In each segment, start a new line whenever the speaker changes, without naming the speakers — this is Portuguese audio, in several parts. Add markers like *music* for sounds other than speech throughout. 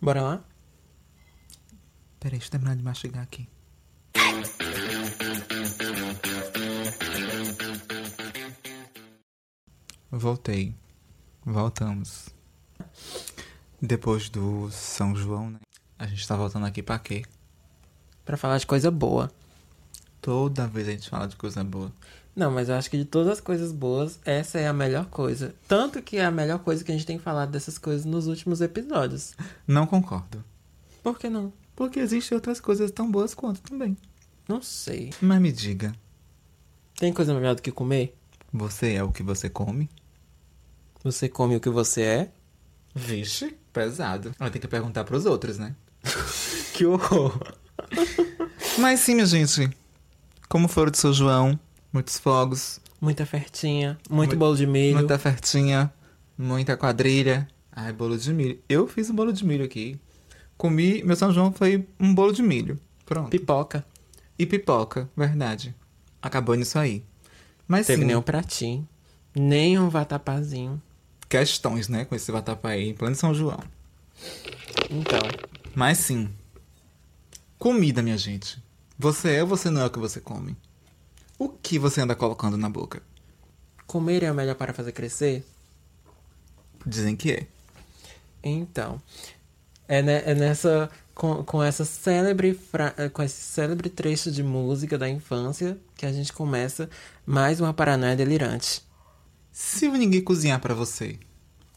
Bora lá?
Peraí, deixa eu terminar de mastigar aqui. Voltei. Voltamos. Depois do São João, né? A gente tá voltando aqui pra quê?
Pra falar de coisa boa.
Toda vez a gente fala de coisa boa.
Não, mas eu acho que de todas as coisas boas, essa é a melhor coisa. Tanto que é a melhor coisa que a gente tem falado dessas coisas nos últimos episódios.
Não concordo.
Por que não?
Porque existem outras coisas tão boas quanto também.
Não sei.
Mas me diga,
Tem coisa melhor do que comer?
você é o que você come?
Você come o que você é?
Vixe, pesado. Ela tem que perguntar pros outros, né?
*laughs* Que horror!
Mas sim, minha gente. Como foram de São João? Muitos fogos,
Muita fertinha, muito
Mui-
bolo de milho.
muita fertinha, muita quadrilha. Ai, bolo de milho. Eu fiz um bolo de milho aqui. Comi, meu São João foi um bolo de milho. Pronto.
Pipoca.
E pipoca, verdade. Acabou nisso aí. Mas
Teve
sim,
nem um pratinho, nem um vatapazinho.
questões, né, com esse vatapá aí, em plano São João.
Então,
Mas sim. Comida, minha gente. Você é ou você não é o que você come? O que você anda colocando na boca?
comer é o melhor para fazer crescer?
Dizem que é.
Então, é, ne- é nessa. Com, com essa célebre fra- eh, com esse célebre trecho de música da infância que a gente começa mais uma paranoia delirante.
Se ninguém cozinhar pra você,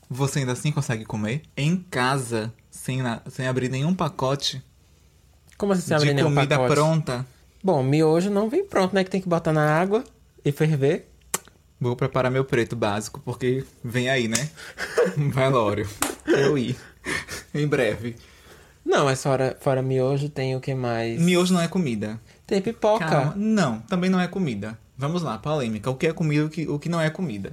você ainda assim consegue comer? Em casa, sem, na- sem abrir nenhum pacote
Como assim você abre
de
nenhum
comida
pacote?
pronta?
Bom, miojo não vem pronto, né? Que tem que botar na água e ferver.
Vou preparar meu preto básico, porque vem
*laughs*
aí, né? Velório. Eu ir. em breve.
Não, mas fora, fora miojo tem o que mais?
Miojo não é comida.
Tem pipoca.
Calma. Não, também não é comida. Vamos lá, polêmica. O que é comida e o que, o que não é comida?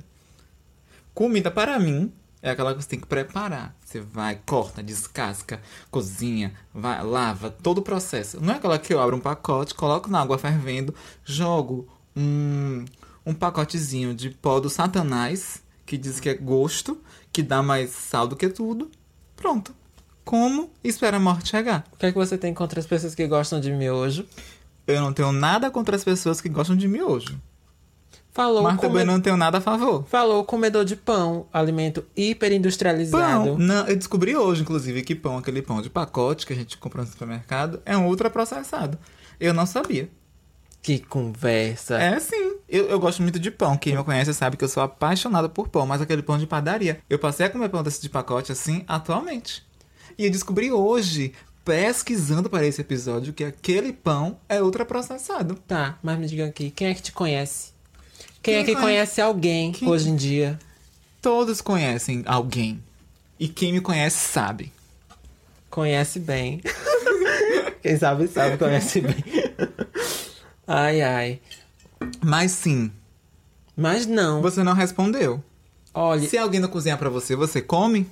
Comida, para mim, é aquela que você tem que preparar. Você vai, corta, descasca, cozinha, vai, lava, todo o processo. Não é aquela que eu abro um pacote, coloco na água fervendo, jogo um, um pacotezinho de pó do satanás, que diz que é gosto, que dá mais sal do que tudo. Pronto. Como espera a morte chegar.
O que é que você tem contra as pessoas que gostam de miojo?
Eu não tenho nada contra as pessoas que gostam de miojo.
Falou
mas
o
também
come-
não tenho nada a favor.
Falou o comedor de pão, alimento hiperindustrializado.
Pão. Não, eu descobri hoje, inclusive, que pão, aquele pão de pacote que a gente compra no supermercado, é um ultraprocessado. Eu não sabia.
Que conversa.
É sim. Eu, eu gosto muito de pão. Quem me conhece sabe que eu sou apaixonada por pão, mas aquele pão de padaria. Eu passei a comer pão desse de pacote assim atualmente. E eu descobri hoje, pesquisando para esse episódio, que aquele pão é ultraprocessado.
Tá, mas me diga aqui, quem é que te conhece? Quem,
Quem
é que
conhece-
conhece, alguém
Quem-
hoje em dia?
Todos conhecem alguém. E quem me conhece sabe.
Conhece bem. *laughs* quem sabe, sabe, conhece bem. ai, ai.
Mas sim,
Mas não.
Você não respondeu.
Olha,
Se alguém não cozinhar pra você, você come?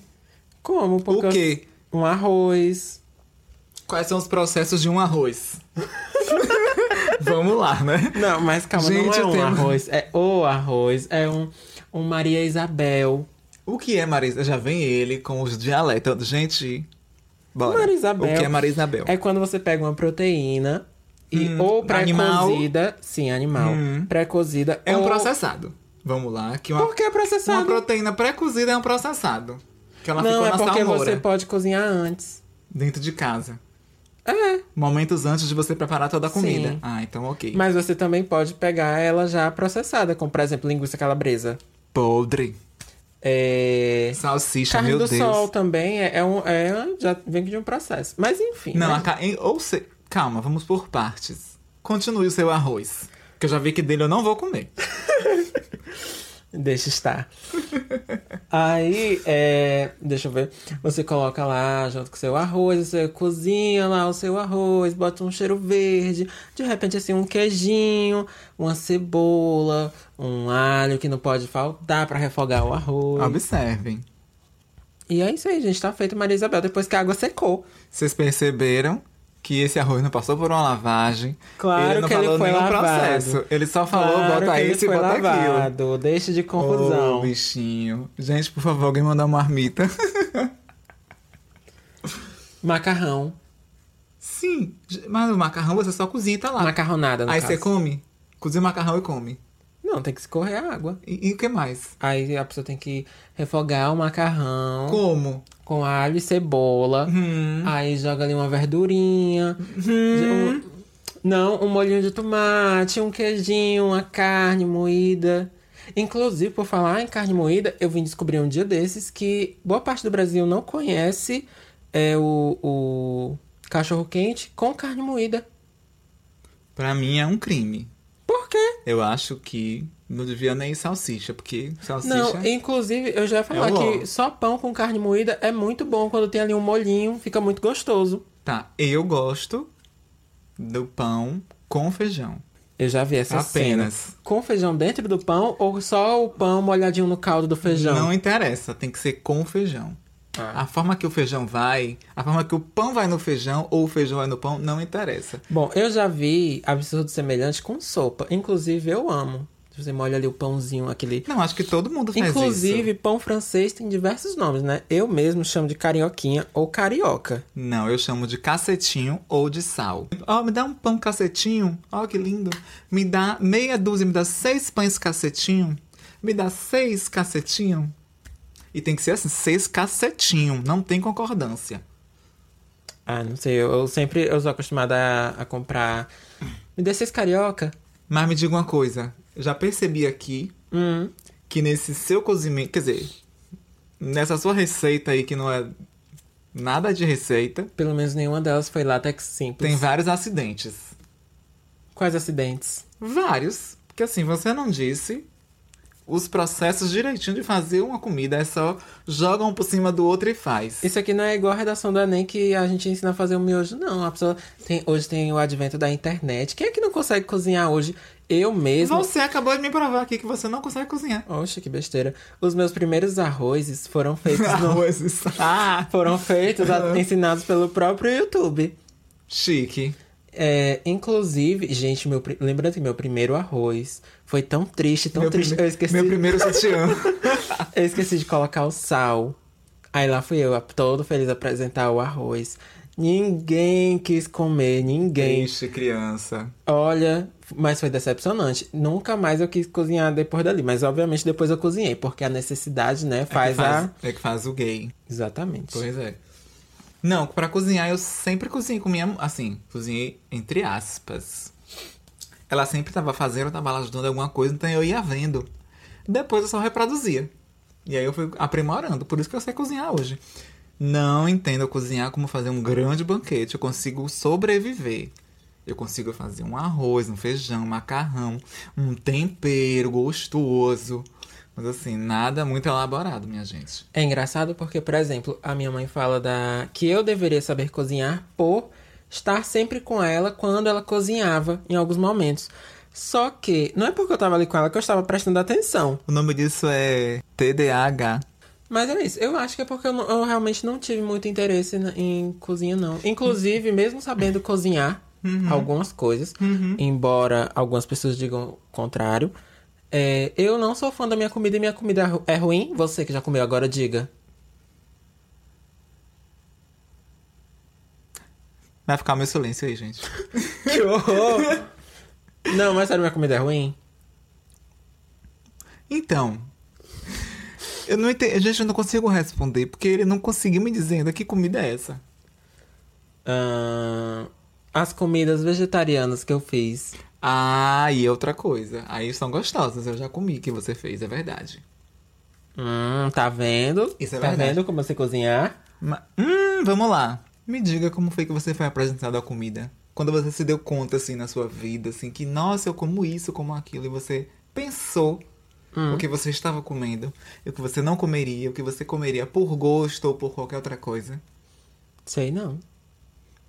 como? Porque
o quê?
Um arroz.
Quais são os processos de
*laughs*
um arroz? Vamos lá, né?
Não, mas calma, não
Gente,
é
eu
um
tenho-
arroz. É o arroz. É um, um Maria Isabel.
O que é Marisa? Já vem ele com os dialetos. Gente, bora.
Maria Isabel.
O que é Maria Isabel?
É quando você pega uma proteína e
Hum,
ou
animal.
pré-cozida. Sim, animal.
Hum.
Pré-cozida.
É um
ou-
processado. Vamos lá, que uma,
Por que
uma
processado?
proteína pré-cozida é um processado. Que ela
não,
ficou
é
na
porque
salmoura,
você pode cozinhar antes.
dentro de casa.
É,
Momentos antes de você preparar toda a comida.
Sim.
Ah, então ok.
mas você também pode pegar ela já processada, como por exemplo linguiça calabresa.
Podre.
É...
Salsicha,
Carne
meu
do
Deus.
sol também é, é um, é- já vem de um processo. Mas enfim.
Não,
né?
a ca- em- ou se... calma, vamos por partes. Continue o seu arroz. Que eu já vi que dele eu não vou comer.
Deixa estar. Aí, é, deixa eu ver. Você coloca lá junto com o seu arroz, você cozinha lá o seu arroz, bota um cheiro verde, de repente assim um queijinho, uma cebola, um alho que não pode faltar pra refogar o arroz.
Observem.
E é isso aí, gente, tá feito Maria Isabel depois que a água secou.
Vocês perceberam que esse arroz não passou por uma lavagem.
Claro
ele não
que ele
falou
foi
nenhum
lavado.
processo. Ele só falou,
Claro que
bota
ele
isso e
foi
bota aquilo.
lavado, Deixa de confusão.
Ô, bichinho. Gente, por favor, alguém mandar uma marmita.
Macarrão.
*laughs* Sim, mas o macarrão você só cozinha e tá lá.
Macarronada, no
Aí
caso.
você come, cozinha o macarrão e come.
Não, tem que escorrer a água.
E, e o que mais?
Aí a pessoa tem que refogar o macarrão com,
Como?
alho e cebola.
Hum.
Aí joga ali uma verdurinha. Um- não, um molhinho de tomate, um queijinho, uma carne moída. Inclusive, por falar em carne moída, eu vim descobrir um dia desses que boa parte do Brasil não conhece é, o, o cachorro-quente com carne moída.
Pra mim é um crime.
Por quê?
Eu acho que não devia nem salsicha, porque salsicha.
Não, inclusive, eu já ia falar
É o
que
ó.
só pão com carne moída é muito bom quando tem ali um molhinho, fica muito gostoso.
Tá, eu gosto do pão com feijão.
Eu já vi essa
Apenas.
cena. Com feijão dentro do pão ou só o pão molhadinho no caldo do feijão?
Não interessa, tem que ser com feijão.
Ah.
A forma que o feijão vai, a forma que o pão vai no feijão ou o feijão vai no pão, não interessa.
Bom, eu já vi absurdo semelhante com sopa. Inclusive, eu amo. Você molha ali o pãozinho, aquele.
Não, acho que todo mundo faz isso.
Inclusive, pão francês tem diversos nomes, né? Eu mesmo chamo de carioquinha ou carioca.
Não, eu chamo de cacetinho ou de sal. Ó, me dá um pão cacetinho. Ó, que lindo. Me dá meia dúzia, me dá seis pães cacetinho. Me dá seis cacetinho. E tem que ser assim, seis cacetinho. Não tem concordância.
Ah, não sei, eu, eu sempre eu sou acostumada a, a comprar. Me dê seis carioca.
Mas me diga uma coisa. Já percebi aqui
Hum.
que nesse seu cozimento... Quer dizer, nessa sua receita aí que não é nada de receita,
Pelo menos nenhuma delas foi látex simples.
tem vários acidentes.
Quais acidentes?
Vários. Porque assim, você não disse os processos direitinho de fazer uma comida. É só joga um por cima do outro e faz.
Isso aqui não é igual a redação do Enem que a gente ensina a fazer o miojo, não. A pessoa tem, hoje tem o advento da internet. Quem é que não consegue cozinhar hoje? Eu mesmo.
Você acabou de me provar aqui que você não consegue cozinhar.
Oxe, que besteira. Os meus primeiros arrozes foram feitos
*laughs*
no...
Arroz e sal. Ah,
foram feitos,
Uhum.
a- ensinados pelo próprio YouTube.
chique.
É, inclusive, gente, meu, pri- lembrando que meu primeiro arroz foi tão triste, tão
meu,
triste.
prime-
Então Eu esqueci.
meu primeiro
*laughs*
sutiã.
Eu esqueci de colocar o sal. Aí lá fui eu, todo feliz, apresentar o arroz. Ninguém quis comer, ninguém.
Enche, criança.
Olha, mas foi decepcionante. Nunca mais eu quis cozinhar depois dali. Mas obviamente depois eu cozinhei, porque a necessidade, né,
é
faz,
que faz,
a.
é que faz o gay.
Exatamente.
Pois é. Não, pra cozinhar eu sempre cozinhei com minha... Assim, cozinhei entre aspas. Ela sempre tava fazendo, tava lá ajudando alguma coisa, então eu ia vendo. Depois eu só reproduzia. E aí eu fui aprimorando, por isso que eu sei cozinhar hoje. Não entendo cozinhar como fazer um grande banquete, eu consigo sobreviver. Eu consigo fazer um arroz, um feijão, um macarrão, um tempero gostoso. Mas assim, nada muito elaborado, minha gente.
É engraçado porque, por exemplo, a minha mãe fala da que eu deveria saber cozinhar por estar sempre com ela quando ela cozinhava em alguns momentos. Só que não é porque eu tava ali com ela que eu estava prestando atenção.
O nome disso é TDAH.
Mas era isso. Eu acho que é porque eu, não- eu realmente não tive muito interesse na- em cozinha, não. Inclusive, mesmo sabendo cozinhar
Uhum.
algumas coisas, embora algumas pessoas digam o contrário, é, eu não sou fã da minha comida e minha comida é ru- é ruim. Você que já comeu agora,
*laughs*
diga.
Vai ficar meu silêncio aí, gente.
Que horror! Não, mas sério, minha comida é ruim?
Então. Eu não entendi. Gente, eu não consigo responder, porque ele não conseguiu me dizer ainda que comida é essa.
Ahn, Ah, as comidas vegetarianas que eu fiz.
Ah, e outra coisa. Aí são gostosas, eu já comi que você fez, é verdade.
Hum, tá vendo?
Isso é
tá
verdade.
vendo como você cozinhar?
Ma- hum, vamos lá. Me diga como foi que você foi apresentado à comida. Quando você se deu conta, assim, na sua vida, assim, que, nossa, eu como isso, eu como aquilo, e você pensou o que você estava comendo, e o que você não comeria, o que você comeria por gosto ou por qualquer outra coisa.
Sei não.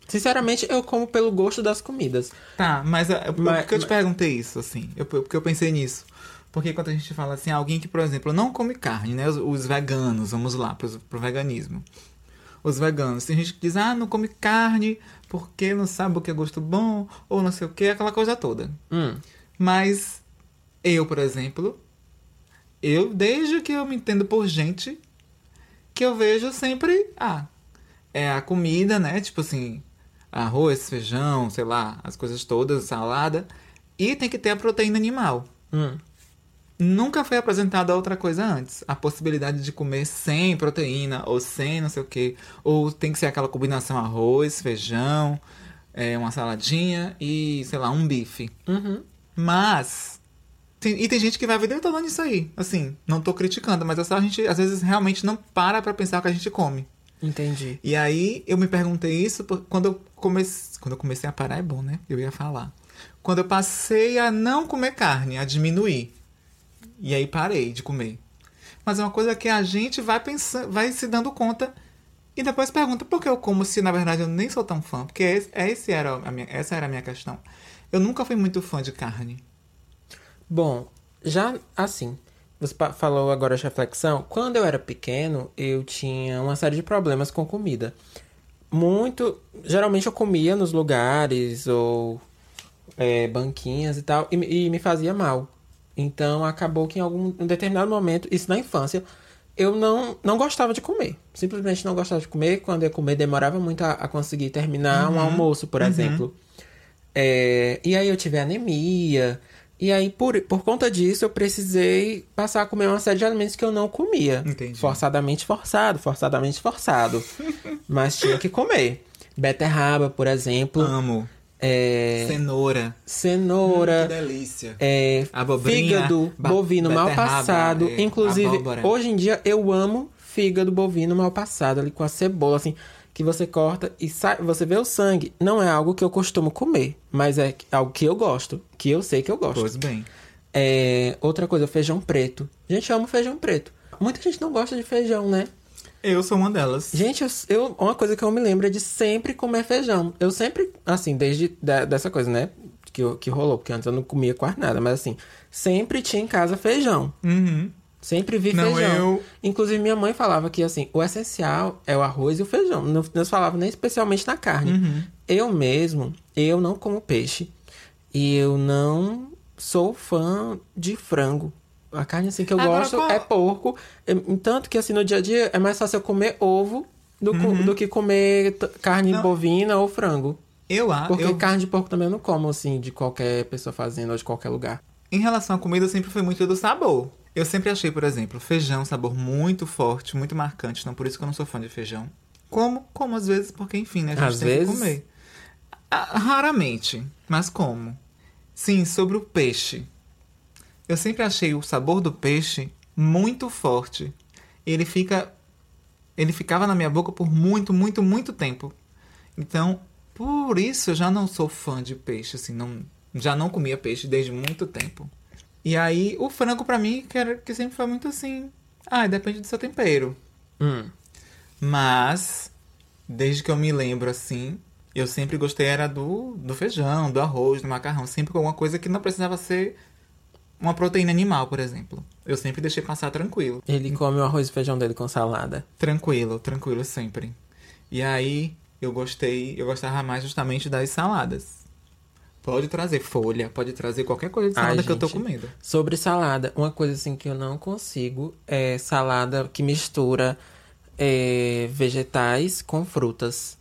Sinceramente, eu como pelo gosto das comidas.
Tá, mas ah, eu-
Mas-
por que eu te
mas-
perguntei isso, assim? Eu, porque eu pensei nisso. Porque quando a gente fala assim, alguém que, por exemplo, não come carne, né? Os, os veganos, vamos lá, pros, pro veganismo. Os veganos, tem gente que diz, ah, não come carne porque não sabe o que é gosto bom, ou não sei o que, aquela coisa toda.
Hum.
Mas eu, por exemplo, eu desde que eu me entendo por gente, que eu vejo sempre, ah, é a comida, né? Tipo assim, arroz, feijão, sei lá, as coisas todas, salada. E tem que ter a proteína animal.
Hum.
Nunca foi apresentada outra coisa antes. A possibilidade de comer sem proteína, ou sem não sei o quê. Ou tem que ser aquela combinação arroz, feijão, é, uma saladinha e, sei lá, um bife.
Uhum.
Mas. tem- e tem gente que vai viver toda nisso aí. Assim, não tô criticando, mas é só a gente, às vezes, realmente não para pra pensar o que a gente come.
Entendi.
E aí eu me perguntei isso por- quando eu comecei. Quando eu comecei a parar é bom, né? Eu ia falar. Quando eu passei a não comer carne, a diminuir. E aí parei de comer. Mas é uma coisa que a gente vai pensando, vai se dando conta e depois pergunta por que eu como se na verdade eu nem sou tão fã. Porque esse, esse era a minha, essa era a minha questão. Eu nunca fui muito fã de carne.
Bom, já assim, você pa- falou agora de reflexão. Quando eu era pequeno, eu tinha uma série de problemas com comida. Muito. Geralmente eu comia nos lugares ou é, banquinhas e tal, e, me- e me fazia mal. Então acabou que em algum em determinado momento, isso na infância, eu não, não gostava de comer. Simplesmente não gostava de comer. Quando ia comer, demorava muito a, a conseguir terminar um almoço, por exemplo. É, e aí eu tive anemia. E aí, por, por conta disso, eu precisei passar a comer uma série de alimentos que eu não comia.
Entendi.
Forçadamente forçado, forçadamente
*laughs*
forçado. Mas tinha que comer. Beterraba, por exemplo.
Amo.
É,
Cenoura.
cenoura.
Hum, Que delícia.
É,
Abobrinha,
fígado
ba-
bovino mal
beterraba,
passado.
é,
Inclusive,
abóbora.
hoje em dia eu amo fígado bovino mal passado, ali com a cebola, assim, que você corta e sai, você vê o sangue. Não é algo que eu costumo comer, mas é algo que eu gosto, que eu sei que eu gosto.
Pois bem.
É, outra coisa, feijão preto. Gente, eu amo feijão preto. Muita gente não gosta de feijão, né?
Eu sou uma delas.
Gente, eu, eu- uma coisa que eu me lembro é de sempre comer feijão. Eu sempre, assim, desde da- dessa coisa, né? Que, eu- que rolou, porque antes eu não comia quase nada, mas assim, sempre tinha em casa feijão.
Uhum.
Sempre vi
Não,
feijão.
eu-
Inclusive, minha mãe falava que, assim, o essencial é o arroz e o feijão. Não, não se falava nem especialmente na carne.
Uhum.
Eu mesmo, eu não como peixe. E eu não sou fã de frango. A carne, assim, que eu
Agora,
gosto
qual-
é porco. E- Tanto que, assim, no dia a dia é mais fácil eu comer ovo do, co- do que comer t- carne
Uhum. Não.
bovina ou frango.
Eu acho.
Porque
eu...
carne de porco também eu não como, assim, de qualquer pessoa fazendo ou de qualquer lugar.
Em relação à comida, eu sempre fui muito do sabor. Eu sempre achei, por exemplo, feijão um sabor muito forte, muito marcante. Então, por isso que eu não sou fã de feijão. Como? Como às vezes, porque enfim, né? A gente
Às
tem
vezes?
que comer. Ah, raramente, mas como? Sim, sobre o peixe. Eu sempre achei o sabor do peixe muito forte. Ele fica. Ele ficava na minha boca por muito, muito, muito tempo. Então, por isso eu já não sou fã de peixe, assim, não, já não comia peixe desde muito tempo. E aí, o frango pra mim, que, era, que sempre foi muito assim. Ah, depende do seu tempero.
Hum.
Mas, desde que eu me lembro assim, eu sempre gostei era do, do feijão, do arroz, do macarrão, sempre com alguma coisa que não precisava ser uma proteína animal, por exemplo. Eu sempre deixei passar tranquilo.
Ele come o arroz e feijão dele com salada.
Tranquilo, tranquilo sempre. E aí, eu gostei, eu gostava mais justamente das saladas. Pode trazer folha, pode trazer qualquer coisa de
Ai,
salada que eu tô
gente.
comendo.
Sobre salada, uma coisa assim que eu não consigo é salada que mistura é, vegetais com frutas.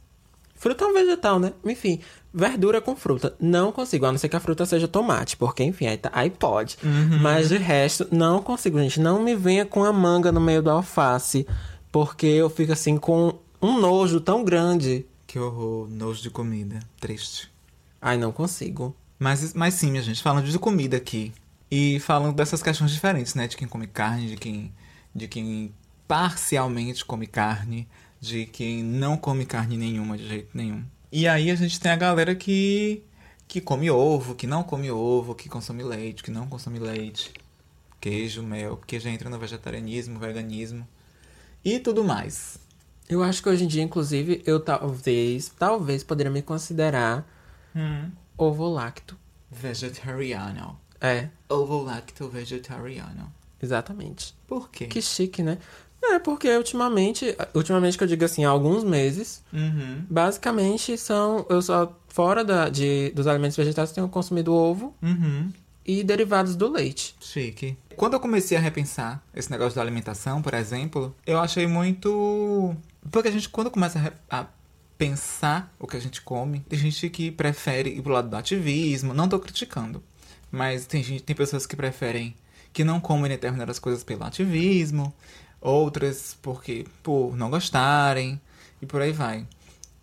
Fruta é um vegetal, né? Enfim, verdura com fruta. Não consigo, a não ser que a fruta seja tomate, porque enfim, aí, tá- aí pode. Mas de resto, não consigo, gente. Não me venha com a manga no meio da alface, porque eu fico assim com um nojo tão grande.
Que horror, nojo de comida. Triste.
Ai, não consigo.
Mas, mas sim, minha gente, falando de comida aqui. E falando dessas questões diferentes, né? De quem come carne, de quem, de quem parcialmente come carne, de quem não come carne nenhuma de jeito nenhum. E aí a gente tem a galera que, que come ovo, que não come ovo, que consome leite, que não consome leite, queijo, mel, porque já entra no vegetarianismo, veganismo e tudo mais.
Eu acho que hoje em dia, inclusive, eu talvez, talvez poderia me considerar ovo lacto.
Vegetariano.
É,
Ovo lacto vegetariano.
exatamente.
Por quê?
Que chique, né? É, porque ultimamente, ultimamente que eu digo assim, há alguns meses,
Uhum.
basicamente são, eu só, fora da, de, dos alimentos vegetais, eu tenho consumido ovo
Uhum.
e derivados do leite.
Chique. Quando eu comecei a repensar esse negócio da alimentação, por exemplo, eu achei muito Porque a gente, quando começa a re- a, pensar o que a gente come, tem gente que prefere ir pro lado do ativismo. Não tô criticando. Mas tem, gente, tem pessoas que preferem que não comem determinadas coisas pelo ativismo, outras porque por não gostarem, e por aí vai.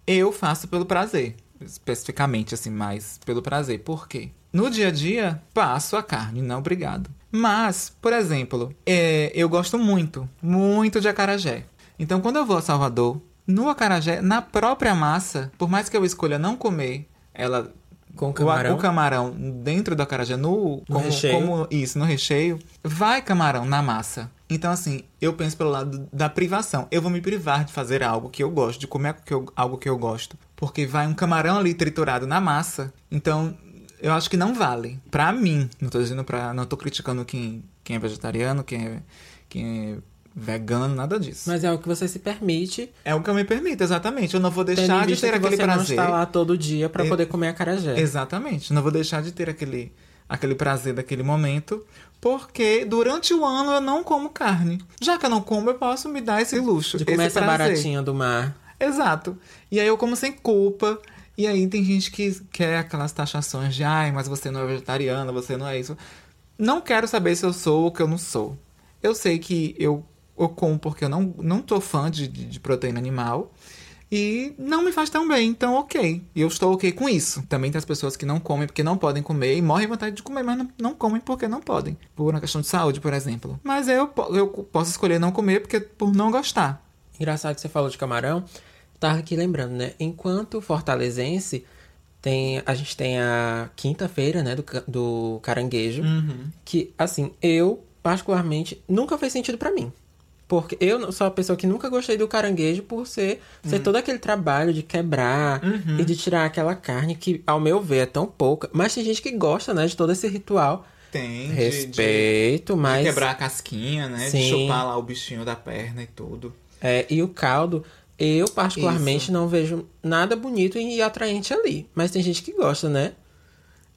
Eu faço pelo prazer, especificamente assim, mais pelo prazer. Por quê? No dia a dia, passo a carne, não obrigado. Mas, por exemplo, é, eu gosto muito, muito de acarajé. Então, quando eu vou a Salvador, no acarajé, na própria massa, por mais que eu escolha não comer ela
Com
o-
camarão?
o camarão dentro do acarajé, no, como,
recheio.
como- isso, no recheio, vai camarão na massa. Então, assim, eu penso pelo lado da privação. Eu vou me privar de fazer algo que eu gosto, de comer que eu- algo que eu gosto. Porque vai um camarão ali triturado na massa. Então, eu acho que não vale. Pra mim, não tô dizendo pra. Não tô criticando quem, quem é vegetariano, quem é, quem é vegano, nada disso.
Mas é o que você se permite.
É o que eu me permito, exatamente. Eu não vou
Tendo em
deixar de
vista
ter
que
aquele
você não
prazer.
está lá todo dia pra
É-
poder comer a carajé.
Exatamente. Não vou deixar de ter aquele, aquele prazer daquele momento, porque durante o ano eu não como carne. Já que eu não como, eu posso me dar esse luxo.
De comer
esse
essa
prazer.
baratinha do mar.
Exato. E aí eu como sem culpa. E aí tem gente que quer aquelas taxações de ai, mas você não é vegetariana, você não é isso. Não quero saber se eu sou ou que eu não sou. Eu sei que eu, eu como porque eu não, não tô fã de, de, de proteína animal. E não me faz tão bem, então ok. E eu estou ok com isso. Também tem as pessoas que não comem porque não podem comer e morrem de vontade de comer, mas não, não comem porque não podem. Por uma questão de saúde, por exemplo. Mas eu, po- eu posso escolher não comer porque por não gostar.
Engraçado que você falou de camarão. Tava aqui lembrando, né? Enquanto fortalezense, tem, a gente tem a quinta-feira, né? Do, ca- do caranguejo.
Hum.
Que, assim, eu, particularmente, nunca fez sentido pra mim. Porque eu não- sou a pessoa que nunca gostei do caranguejo por ser, ser todo aquele trabalho de quebrar
Uhum.
e de tirar aquela carne que, ao meu ver, é tão pouca. Mas tem gente que gosta, né? De todo esse ritual.
Tem. de- de-
Respeito, mas...
De quebrar a casquinha, né?
Sim.
De chupar lá o bichinho da perna e tudo.
É, e o caldo, eu particularmente não vejo nada bonito e atraente ali. Mas tem gente que gosta, né?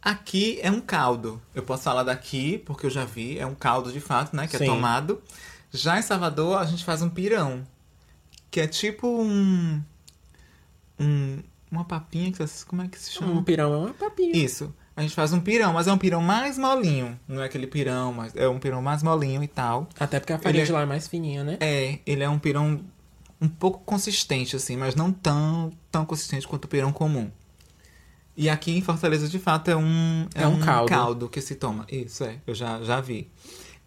Aqui é um caldo. Eu posso falar daqui, porque eu já vi. É um caldo de fato, né? Que
Sim.
é tomado. Já em Salvador, a gente faz um pirão. Que é tipo um... um uma papinha que vocês... Como é que se chama?
Um pirão é uma papinha.
Isso. A gente faz um pirão, mas é um pirão mais molinho. Não é aquele pirão, mas é um pirão mais molinho e tal.
Até porque a farinha
Ele é-
de lá é mais fininha, né?
É, ele é um pirão um pouco consistente, assim, mas não tão, tão consistente quanto o pirão comum. E aqui em Fortaleza, de fato, é um,
É um caldo.
que se toma. Isso, é. Eu já, já vi.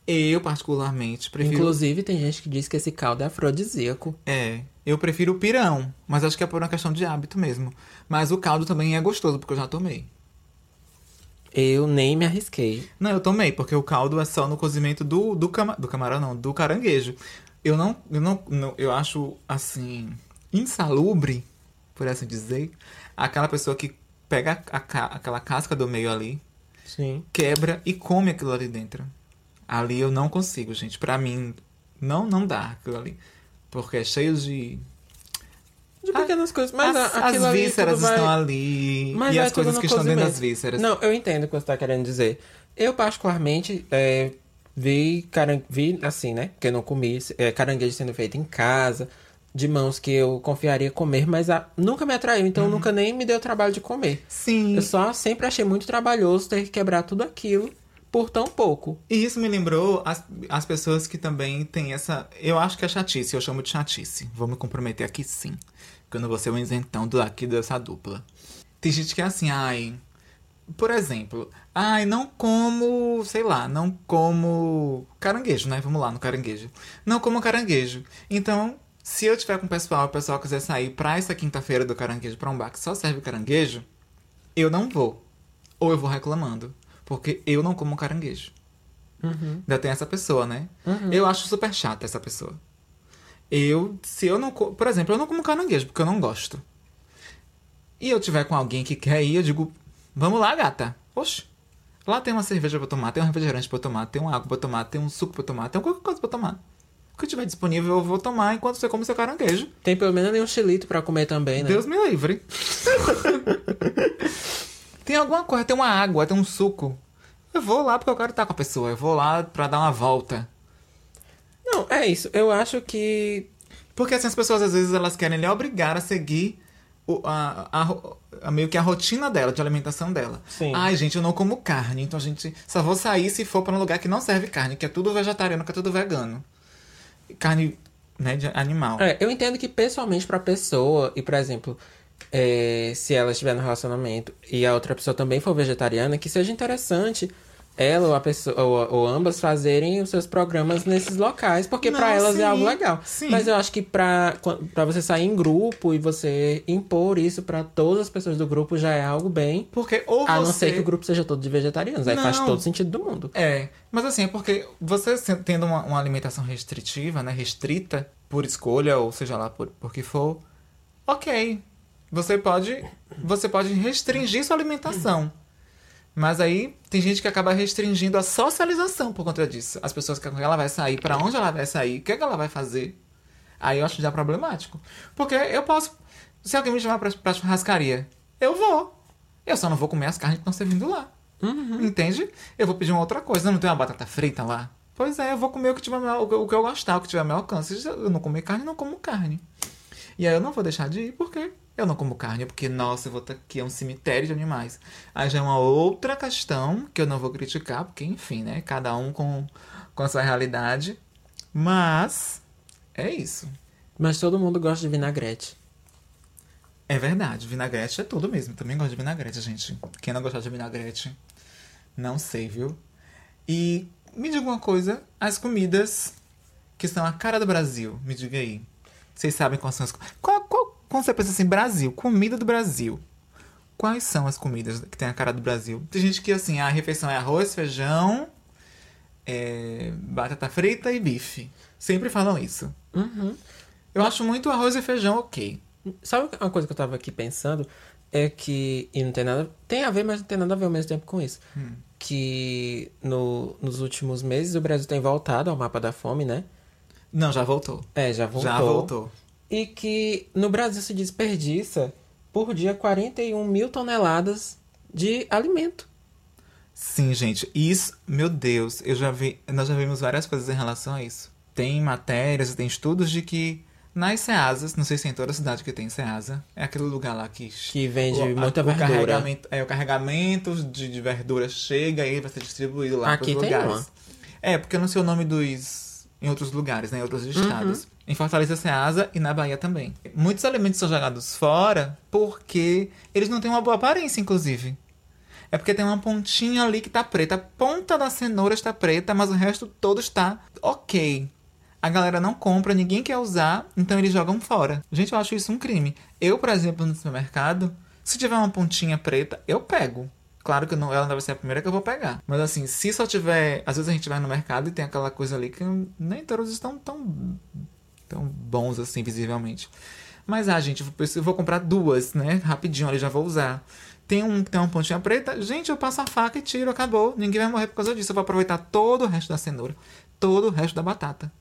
Eu, particularmente, prefiro...
Inclusive, tem gente que diz que esse caldo é afrodisíaco.
É, eu prefiro o pirão, mas acho que é por uma questão de hábito mesmo. Mas o caldo também é gostoso, porque eu já tomei.
Eu nem me arrisquei.
Não, eu tomei, porque o caldo é só no cozimento do, do, cama, do camarão, não, do caranguejo. Eu não, eu não, não- eu acho, assim, insalubre, por assim dizer, aquela pessoa que pega a ca- aquela casca do meio ali,
Sim.
quebra e come aquilo ali dentro. Ali eu não consigo, gente. Pra mim, não, não dá aquilo ali. Porque é cheio de...
De pequenas coisas. Mas
Ah, as,
a-
as
aquilo ali tudo
vísceras
vai...
estão ali,
Mas
e
vai
as
tudo
coisas
no
que estão dentro das
cozimento.
vísceras.
Não, eu entendo o que você tá querendo dizer. Eu, particularmente, é, vi, caran... vi, assim, né? Que eu não comi é, caranguejo sendo feito em casa, de mãos que eu confiaria comer, mas a- nunca me atraiu, então nunca nem me deu trabalho de comer.
Uhum. Sim.
Eu só sempre achei muito trabalhoso ter que quebrar tudo aquilo por tão pouco.
E isso me lembrou as, as pessoas que também têm essa. Eu acho que é chatice, eu chamo de chatice. Vou me comprometer aqui sim. Porque eu não vou ser um isentão do, aqui dessa dupla. Tem gente que é assim, ai. Por exemplo, ai, não como, sei lá, não como caranguejo, né? Vamos lá no caranguejo. Não como caranguejo. Então, se eu tiver com o pessoal, o pessoal quiser sair pra essa quinta-feira do caranguejo, pra um bar que só serve caranguejo, eu não vou. Ou eu vou reclamando. Porque eu não como caranguejo. Ainda tem essa pessoa, né? Eu acho super chata essa pessoa. Eu, se eu não. co- Por exemplo, eu não como caranguejo, porque eu não gosto. E eu tiver com alguém que quer ir, eu digo: vamos lá, gata. Oxe. Lá tem uma cerveja pra tomar, tem um refrigerante pra tomar, tem uma água pra tomar, tem um suco pra tomar, tem qualquer coisa pra tomar. O que tiver disponível eu vou tomar enquanto você come seu caranguejo.
Tem pelo menos ali um xilito pra comer também, né?
Deus me livre. *laughs* tem alguma coisa, tem uma água, tem um suco. Eu vou lá porque eu quero estar com a pessoa. Eu vou lá pra dar uma volta.
Não, é isso. Eu acho que
Porque assim, as pessoas às vezes elas querem lhe obrigar a seguir o- a, a ro- a- meio que a rotina dela, de alimentação dela.
Sim.
Ai, gente, eu não como carne, então a gente só vou sair se for pra um lugar que não serve carne, que é tudo vegetariano, que é tudo vegano. Carne, né, de animal.
É, eu entendo que pessoalmente pra pessoa, e por exemplo, é, se ela estiver no relacionamento e a outra pessoa também for vegetariana, que seja interessante ela ou a pessoa ou, ou ambas fazerem os seus programas nesses locais, porque
Não,
pra elas
sim,
é algo legal.
sim.
Mas eu acho que pra para você sair em grupo e você impor isso pra todas as pessoas do grupo já é algo bem.
Porque ou
A
você...
não ser que o grupo seja todo de vegetarianos, aí faz
Não.
todo sentido do mundo.
É, mas assim, é porque você se- tendo uma, uma alimentação restritiva, né? Restrita por escolha, ou seja lá por, por que for, ok. Você pode, você pode restringir sua alimentação. Mas aí tem gente que acaba restringindo a socialização por conta disso. As pessoas que ela vai sair, pra onde ela vai sair, o que, é que ela vai fazer. Aí eu acho já problemático. Porque eu posso. Se alguém me chamar pra, pra churrascaria, eu vou. Eu só não vou comer as carnes que estão servindo lá. Entende? Eu vou pedir uma outra coisa. Não tem uma batata frita lá? Pois é, eu vou comer o que, tiver ao meu- o que- o que eu gostar, o que tiver ao meu alcance. Se Eu não comer carne, não como carne. E aí eu não vou deixar de ir, porque eu não como carne, porque, nossa, eu vou estar aqui, é um cemitério de animais. Aí já é uma outra questão que eu não vou criticar, porque, enfim, né? Cada um com, com a sua realidade. Mas é isso.
Mas todo mundo gosta de vinagrete.
É verdade, vinagrete é tudo mesmo. Também gosto de vinagrete, gente. Quem não gostar de vinagrete, não sei, viu? E me diga uma coisa, as comidas que são a cara do Brasil, me diga aí. Vocês sabem quais são as... co- Qual, qual, quando você pensa assim, Brasil, comida do Brasil, quais são as comidas que tem a cara do Brasil? Tem gente que, assim, a refeição é arroz, feijão, é, batata frita e bife. Sempre falam isso.
Uhum.
Eu acho muito arroz e feijão ok.
Sabe uma coisa que eu tava aqui pensando? É que. E não tem nada. Tem a ver, mas não tem nada a ver ao mesmo tempo com isso.
Hum.
Que no, nos últimos meses o Brasil tem voltado ao mapa da fome, né?
Não, já voltou.
É, já voltou.
Já voltou.
E que no Brasil se desperdiça por dia 41 mil toneladas de alimento.
Sim, gente, isso, meu Deus, eu já vi, nós já vimos várias coisas em relação a isso. Tem matérias, tem estudos de que nas Ceasas, não sei se é em toda cidade que tem Ceasa, é aquele lugar lá que
Que vende
o- a-
muita
o
verdura.
Carregamento, é, o carregamento de, de verdura chega e ele vai ser distribuído lá
Aqui
pros
tem
lugares.
uma.
É, porque eu não sei o nome dos em outros lugares, né, em
Uhum.
outros estados. Em Fortaleza Ceasa e na Bahia também. Muitos alimentos são jogados fora porque eles não têm uma boa aparência, inclusive. É porque tem uma pontinha ali que tá preta. A ponta da cenoura está preta, mas o resto todo está ok. A galera não compra, ninguém quer usar, então eles jogam fora. Gente, eu acho isso um crime. Eu, por exemplo, no supermercado, se tiver uma pontinha preta, eu pego. Claro que não, ela não vai ser a primeira que eu vou pegar. Mas assim, se só tiver. Às vezes a gente vai no mercado e tem aquela coisa ali que nem todos estão tão tão bons assim, visivelmente. Mas, ah, gente, eu vou- eu vou comprar duas, né? Rapidinho, ali já vou usar. Tem um que tem uma pontinha preta. Gente, eu passo a faca e tiro, acabou. Ninguém vai morrer por causa disso. Eu vou aproveitar todo o resto da cenoura, todo o resto da batata.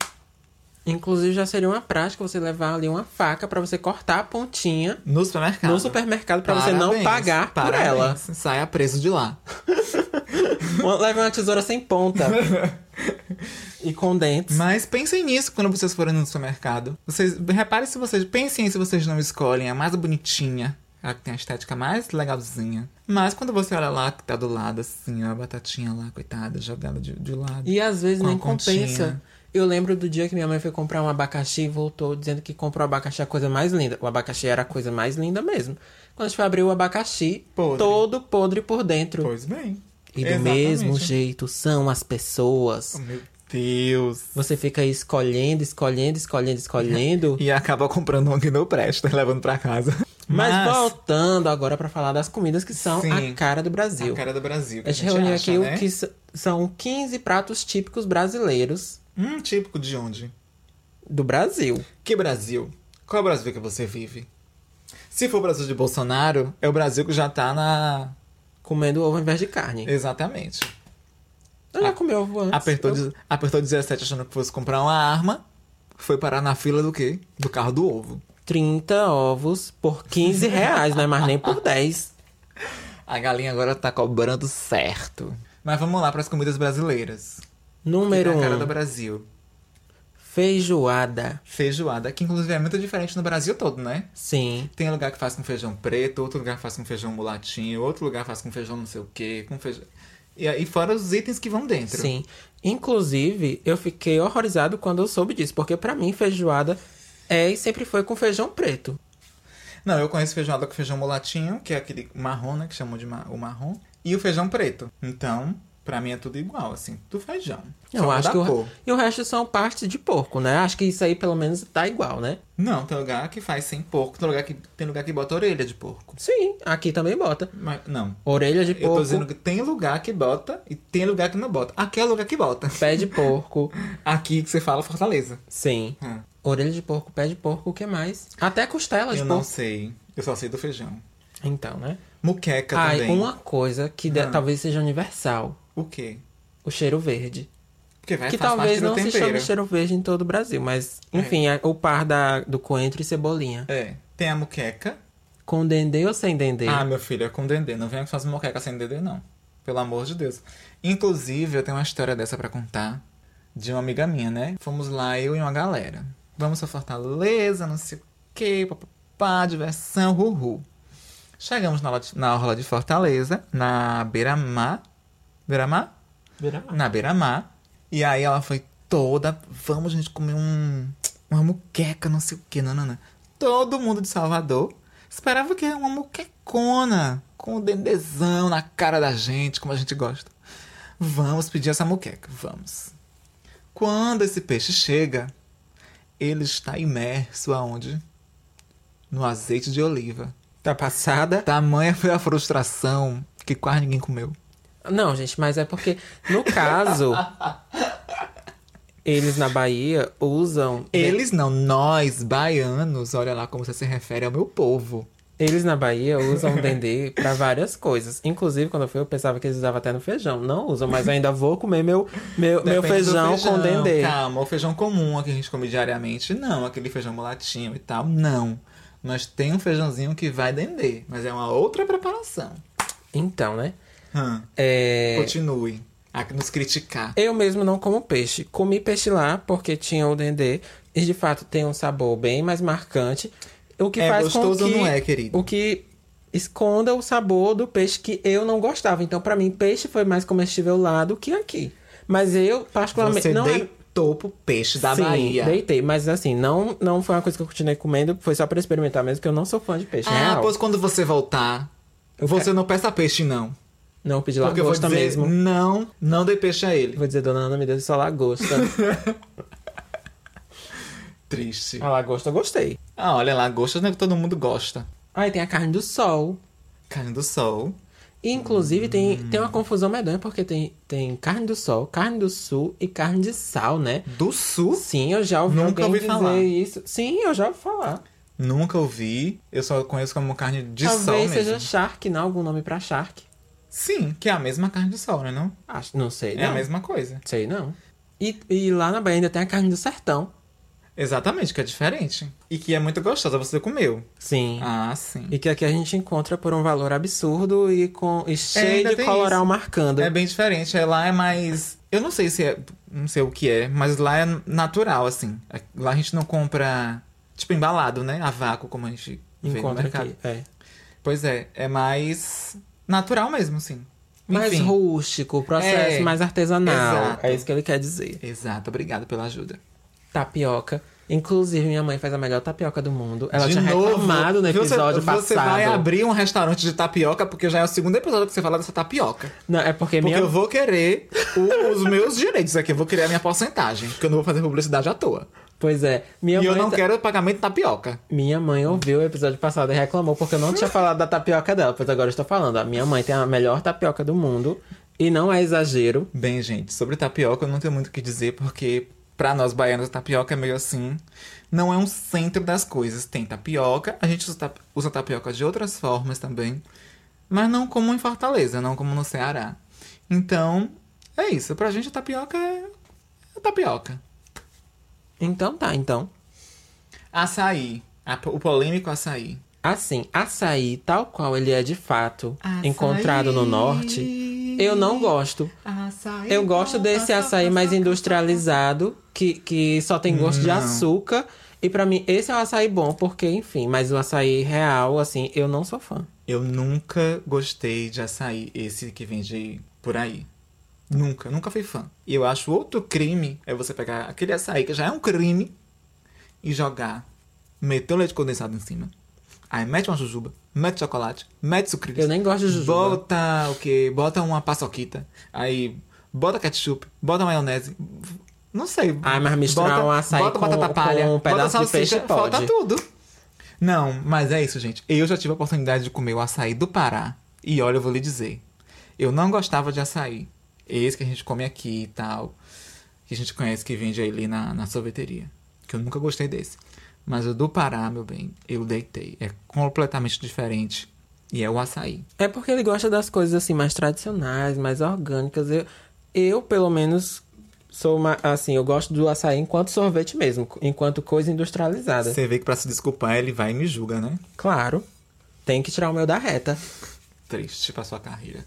Inclusive, já seria uma prática você levar ali uma faca pra você cortar a pontinha
No supermercado.
no supermercado pra você não
Parabéns,
pagar
parabéns.
por ela.
Saia preso de lá.
Uma- Leve uma tesoura sem
*laughs*
ponta. e com dentes.
Mas pensem nisso quando vocês forem no supermercado. Vocês, reparem se vocês. Pensem se vocês não escolhem a mais bonitinha. A que tem a estética mais legalzinha. Mas quando você olha lá que tá do lado, assim, ó, a batatinha lá, coitada, jogada de, de lado.
E às vezes
Com a
nem compensa.
continha.
Eu lembro do dia que minha mãe foi comprar um abacaxi e voltou dizendo que comprou abacaxi a coisa mais linda. O abacaxi era a coisa mais linda mesmo. Quando a gente foi abrir o abacaxi,
Podre.
todo podre por dentro.
Pois bem.
E do
Exatamente.
mesmo jeito são as pessoas.
Oh, Meu Deus.
Você fica aí escolhendo, escolhendo, escolhendo,
*laughs*
escolhendo.
E acaba comprando um que não presta, *laughs* levando pra casa.
Mas, voltando agora pra falar das comidas que são a
Sim.
cara do Brasil.
a cara do Brasil. que
A
a
gente
gente
reuniu
acha,
aqui
né?
o que s- são 15 pratos típicos brasileiros
Hum, típico de onde?
do Brasil.
Que Brasil? Qual é o Brasil que você vive? Se for o Brasil de Bolsonaro, é o Brasil que já tá na.
Comendo ovo ao invés de carne.
Exatamente.
Eu já comi ovo antes.
Apertou,
Hum, Eu-
de- apertou 17 achando que fosse comprar uma arma. Foi parar na fila do quê? Do carro do ovo.
30 ovos por 15 reais, não é mais nem por 10.
A galinha agora tá cobrando certo. Mas vamos lá para as comidas brasileiras. Que
Número
tem a cara
1.
do Brasil.
Feijoada.
Feijoada, que inclusive é muito diferente no Brasil todo, né?
Sim.
Tem lugar que faz com feijão preto, outro lugar que faz com feijão mulatinho, outro lugar faz com feijão não sei o quê, com feijão. E aí, fora os itens que vão dentro.
Sim. Inclusive, eu fiquei horrorizado quando eu soube disso, porque pra mim feijoada é e sempre foi com feijão preto.
Não, eu conheço feijoada com feijão mulatinho, que é aquele marrom, né? Que chamam de ma- o marrom. E o feijão preto. Então, pra mim é tudo igual, assim. Do feijão. Só
Eu acho
muda
que
a
o,
cor.
re- e o resto são partes de porco, né? Acho que isso aí pelo menos tá igual, né?
Não, tem lugar que faz sem porco, tem lugar que, tem lugar que bota orelha de porco.
Sim, aqui também bota.
Mas, não.
Orelha de
Eu tô
porco,
dizendo que tem lugar que bota e tem lugar que não bota. Aqui é lugar que bota. *laughs*
pé de porco.
Aqui que você fala Fortaleza.
Sim.
Hum.
Orelha de porco, pé de porco, o que mais? Até costela de
Eu não
porco.
sei. Eu só sei do feijão.
Então, né?
Muqueca
Ah,
também.
uma coisa que de-
Ah.
talvez seja universal.
O quê?
O cheiro verde.
Porque vai
que
É, faz
talvez
parte do
não se
tempero.
chame cheiro verde em todo o Brasil, mas enfim, é o par da, do coentro e cebolinha.
É. Tem a muqueca.
Com dendê ou sem dendê?
Ah, meu filho, é com dendê. Não venha que faz moqueca sem dendê, não. Pelo amor de Deus. Inclusive, eu tenho uma história dessa pra contar. De uma amiga minha, né? Fomos lá, eu e uma galera. Vamos pra Fortaleza, não sei o quê, papapá, diversão, ruhu. Chegamos na, orla- na orla de Fortaleza, na beira-mar. Beira-mar? na beira-mar. E aí ela foi toda, vamos gente comer um, uma muqueca, não sei o que, nanana. Todo mundo de Salvador esperava que era uma muquecona, com o dendezão na cara da gente, como a gente gosta. Vamos pedir essa muqueca, vamos. Quando esse peixe chega, ele está imerso aonde? No azeite de oliva.
Tá passada?
Tamanha foi a frustração que quase ninguém comeu.
Não, gente, mas é porque, no caso, eles na Bahia usam.
Eles não, nós, baianos, olha lá como você se refere ao meu povo.
Eles na Bahia usam dendê pra várias coisas. Inclusive, quando eu fui, eu pensava que eles usavam até no feijão. Não usam, mas ainda vou comer meu, meu, meu
Depende do
feijão, com dendê.
Calma, o feijão comum, a que a gente come diariamente, não. Aquele feijão mulatinho e tal, não. Mas tem um feijãozinho que vai dendê, mas é uma outra preparação.
Então, né?
Hum,
É,
Continue a nos criticar.
eu mesmo não como peixe. Comi peixe lá porque tinha o dendê. E de fato tem um sabor bem mais marcante. O que
É
faz
gostoso
com
ou
que,
não é, querido?
O que esconda o sabor do peixe que eu não gostava. Então, pra mim, peixe foi mais comestível lá do que aqui. Mas eu, particularmente.
Você
não é-
deitou pro peixe da
Sim,
Bahia.
deitei. Mas assim, não, não foi uma coisa que eu continuei comendo. Foi só pra experimentar mesmo, que eu não sou fã de peixe.
Ah,
real.
pois quando você voltar,
Eu
você não peça peixe, não.
Não pedi
Porque eu vou
lagosta
dizer,
mesmo.
não, não dê peixe a ele.
Vou dizer, dona Ana, me deu só
*laughs*
lagosta.
Triste.
a lagosta eu gostei.
Ah, olha lá, gostas não é que todo mundo gosta.
Aí tem a carne do sol.
Carne do sol.
E, inclusive,
Hum.
tem, tem uma confusão medonha, porque tem, tem carne do sol, carne do sul e carne de sal, né?
Do sul?
Sim, eu já ouvi
Nunca
alguém
ouvi
dizer
falar.
isso. Sim, eu já ouvi falar.
Nunca ouvi. Eu só conheço como carne de
Talvez
sol
seja
mesmo.
shark, não? Algum nome pra shark.
Sim, que é a mesma carne de sol, né? Não?
Acho, não sei,
É
não.
a mesma coisa.
Sei não. E, e lá na Bahia ainda tem a carne do sertão.
Exatamente, que é diferente. E que é muito gostosa, você comeu.
Sim.
Ah, sim.
E que aqui a gente encontra por um valor absurdo e, com, e cheio
É, ainda
de
tem
coloral
isso.
marcando.
É bem diferente. é- Lá é mais. Eu não sei se é. Não sei o que é, mas lá é natural, assim. Lá a gente não compra. Tipo, embalado, né? A vácuo, como a gente vê no
Encontra
mercado.
aqui. É.
Pois é, é mais natural mesmo, sim.
Mais
Enfim.
rústico, o processo
É.
mais artesanal.
Exato.
É isso que ele quer dizer.
Exato, obrigado pela ajuda.
Tapioca. Inclusive, minha mãe faz a melhor tapioca do mundo. Ela
De
tinha
novo,
reclamado no episódio
você,
passado.
Você vai abrir um restaurante de tapioca, porque já é o segundo episódio que você fala dessa tapioca.
Não, é porque,
Porque
minha
eu vou querer o- os meus direitos aqui, eu vou querer a minha porcentagem, porque eu não vou fazer publicidade à toa.
Pois é, minha
e eu
mãe.
não
ta-
quero pagamento de tapioca.
Minha mãe ouviu o episódio passado e reclamou porque eu não tinha falado da tapioca dela, pois agora eu estou falando. A minha mãe tem a melhor tapioca do mundo e não é exagero.
Bem, gente, sobre tapioca eu não tenho muito o que dizer, porque pra nós baianos a tapioca é meio assim. Não é um centro das coisas. Tem tapioca, a gente usa, tap- usa tapioca de outras formas também, mas não como em Fortaleza, não como no Ceará. Então, é isso. Pra gente a tapioca é a tapioca.
Então tá, então.
Açaí. A- o polêmico açaí.
Assim, açaí, tal qual ele é de fato encontrado no norte, eu não gosto.
Açaí Então,
Eu gosto desse açaí mais industrializado, que, que só tem gosto de
Não.
açúcar. E pra mim, esse é o açaí bom, porque, enfim, mas o açaí real, assim, eu não sou fã.
Eu nunca gostei de açaí, esse que vende por aí. Nunca, nunca fui fã. E eu acho outro crime é você pegar aquele açaí que já é um crime e jogar, meter o leite condensado em cima. Aí mete uma jujuba, mete chocolate, mete sucrilhos.
Eu nem gosto de jujuba.
Bota o quê? Bota uma paçoquita. Aí bota ketchup, bota maionese. Não sei.
Ah, mas misturar um açaí
bota
com-
batata palha,
com um
bota
pedaço de
salsicha,
peixe
falta
pode.
tudo. Não, mas é isso, gente. Eu já tive a oportunidade de comer o açaí do Pará. E olha, eu vou lhe dizer. Eu não gostava de açaí. Esse que a gente come aqui e tal. Que a gente conhece que vende ali na, na sorveteria. Que eu nunca gostei desse. Mas o do Pará, meu bem, eu deitei. É completamente diferente. E é o açaí.
É porque ele gosta das coisas assim mais tradicionais, mais orgânicas. Eu, eu pelo menos sou uma, assim, eu gosto do açaí enquanto sorvete mesmo, enquanto coisa industrializada.
Você vê que pra se desculpar ele vai e me julga, né?
Claro. Tem que tirar o meu da reta.
Triste pra sua carreira.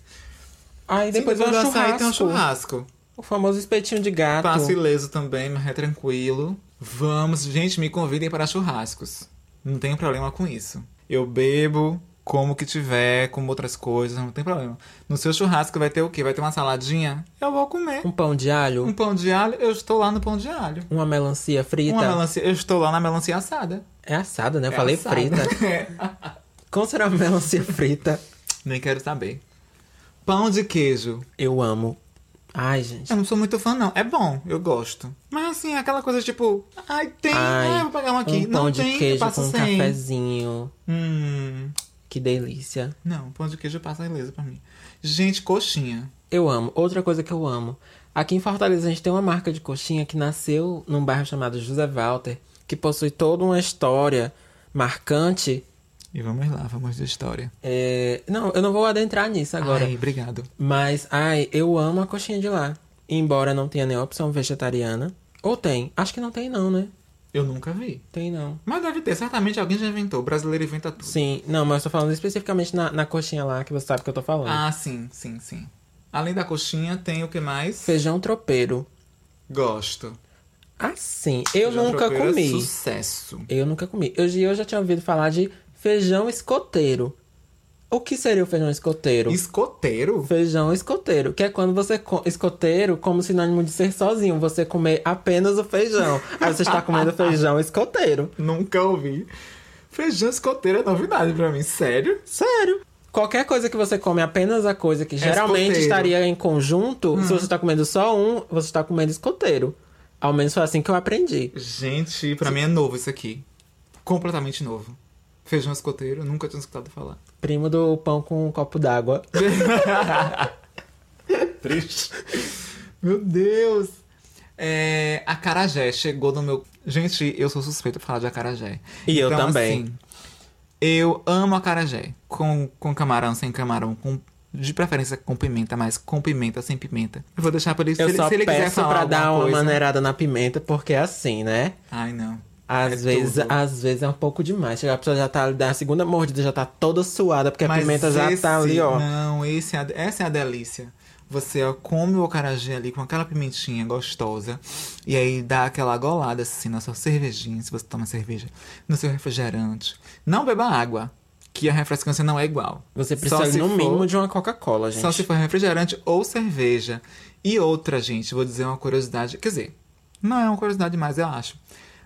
Aí depois
Sim,
vai o
do açaí
churrasco,
tem um churrasco.
O famoso espetinho de gato.
Passo ileso também, mas é tranquilo. Vamos, gente, me convidem para churrascos. Não tenho problema com isso. Eu bebo, como que tiver, como outras coisas, não tem problema. No seu churrasco vai ter o quê? Vai ter uma saladinha? Eu vou comer.
Um pão de alho,
Um pão de alho, eu estou lá no pão de alho.
uma melancia frita.
Uma melancia, eu estou lá na melancia assada.
É assada, né? Eu falei
assada. É.
frita.
*laughs*
Como será uma melancia frita?
Nem quero saber. Pão de queijo.
Eu amo. Ai, gente.
Eu não sou muito fã, não. É bom, eu gosto. Mas assim, é aquela coisa tipo, ai, tem,
Ai,
ai, eu vou pegar um aqui.
Um pão
não
de
tem, eu
queijo com
passo
um
sem.
cafezinho.
Hum,
Que delícia.
não, pão de queijo passa beleza pra mim. Gente, coxinha.
Eu amo. Outra coisa que eu amo. Aqui em Fortaleza a gente tem uma marca de coxinha que nasceu num bairro chamado José Walter, que possui toda uma história marcante.
E vamos lá, vamos de história.
É, Não, eu não vou adentrar nisso agora.
Ai, obrigado.
Mas, ai, eu amo a coxinha de lá. Embora não tenha nenhuma opção vegetariana. Ou tem? Acho que não tem não, né?
Eu nunca vi.
Tem não.
Mas deve ter, certamente alguém já inventou. O brasileiro inventa tudo.
Sim, não, mas eu tô falando especificamente na, na coxinha lá, que você sabe que eu tô falando.
Ah, sim, sim, sim. Além da coxinha, tem o que mais?
Feijão tropeiro.
Gosto.
Assim, eu
Feijão
nunca
tropeiro é
comi.
Sucesso.
Eu nunca comi. Eu, já- eu já tinha ouvido falar de feijão escoteiro. O que seria o feijão escoteiro?
Escoteiro?
Feijão escoteiro, que é quando você. co- Escoteiro, como sinônimo de ser sozinho, você comer apenas o feijão. Aí você está comendo feijão escoteiro.
Nunca ouvi. Feijão escoteiro é novidade pra mim, sério?
Sério. Qualquer coisa que você come, apenas a coisa que geralmente
É escoteiro. Hum.
estaria em conjunto, se você tá comendo só um, você está comendo escoteiro. Ao menos foi assim que eu aprendi.
Gente, pra mim é novo isso aqui. Completamente novo. Feijão escoteiro, nunca tinha escutado
*laughs*
falar.
Primo do pão com um copo d'água.
Triste. Meu Deus. É, acarajé chegou no meu... Gente, eu sou suspeita pra falar de acarajé.
E eu também.
assim, eu amo acarajé. Com, com camarão, sem camarão, com... De preferência com pimenta, mas com pimenta, sem pimenta. Eu vou deixar pra ele... se
Eu
ele,
só
se ele quiser
peço
falar
pra dar uma
alguma coisa...
maneirada na pimenta, porque é assim, né?
Ai, não.
Às,
É
vezes,
tudo.
às vezes é um pouco demais. Chega, A pessoa já tá ali, dá a segunda mordida, já tá toda suada, porque a
Mas
pimenta já
esse-
tá ali, ó.
Não, esse é a- essa é a delícia. Você ó, come o acarajé ali com aquela pimentinha gostosa. E aí dá aquela golada assim na sua cervejinha, se você toma cerveja. No seu refrigerante. Não beba água, que a refrescância não é igual.
Você
Só
precisa,
se
no
for-
mínimo, de uma Coca-Cola, gente.
Só se for refrigerante ou cerveja. E outra, gente, vou dizer uma curiosidade. Quer dizer, não é uma curiosidade mais, eu acho.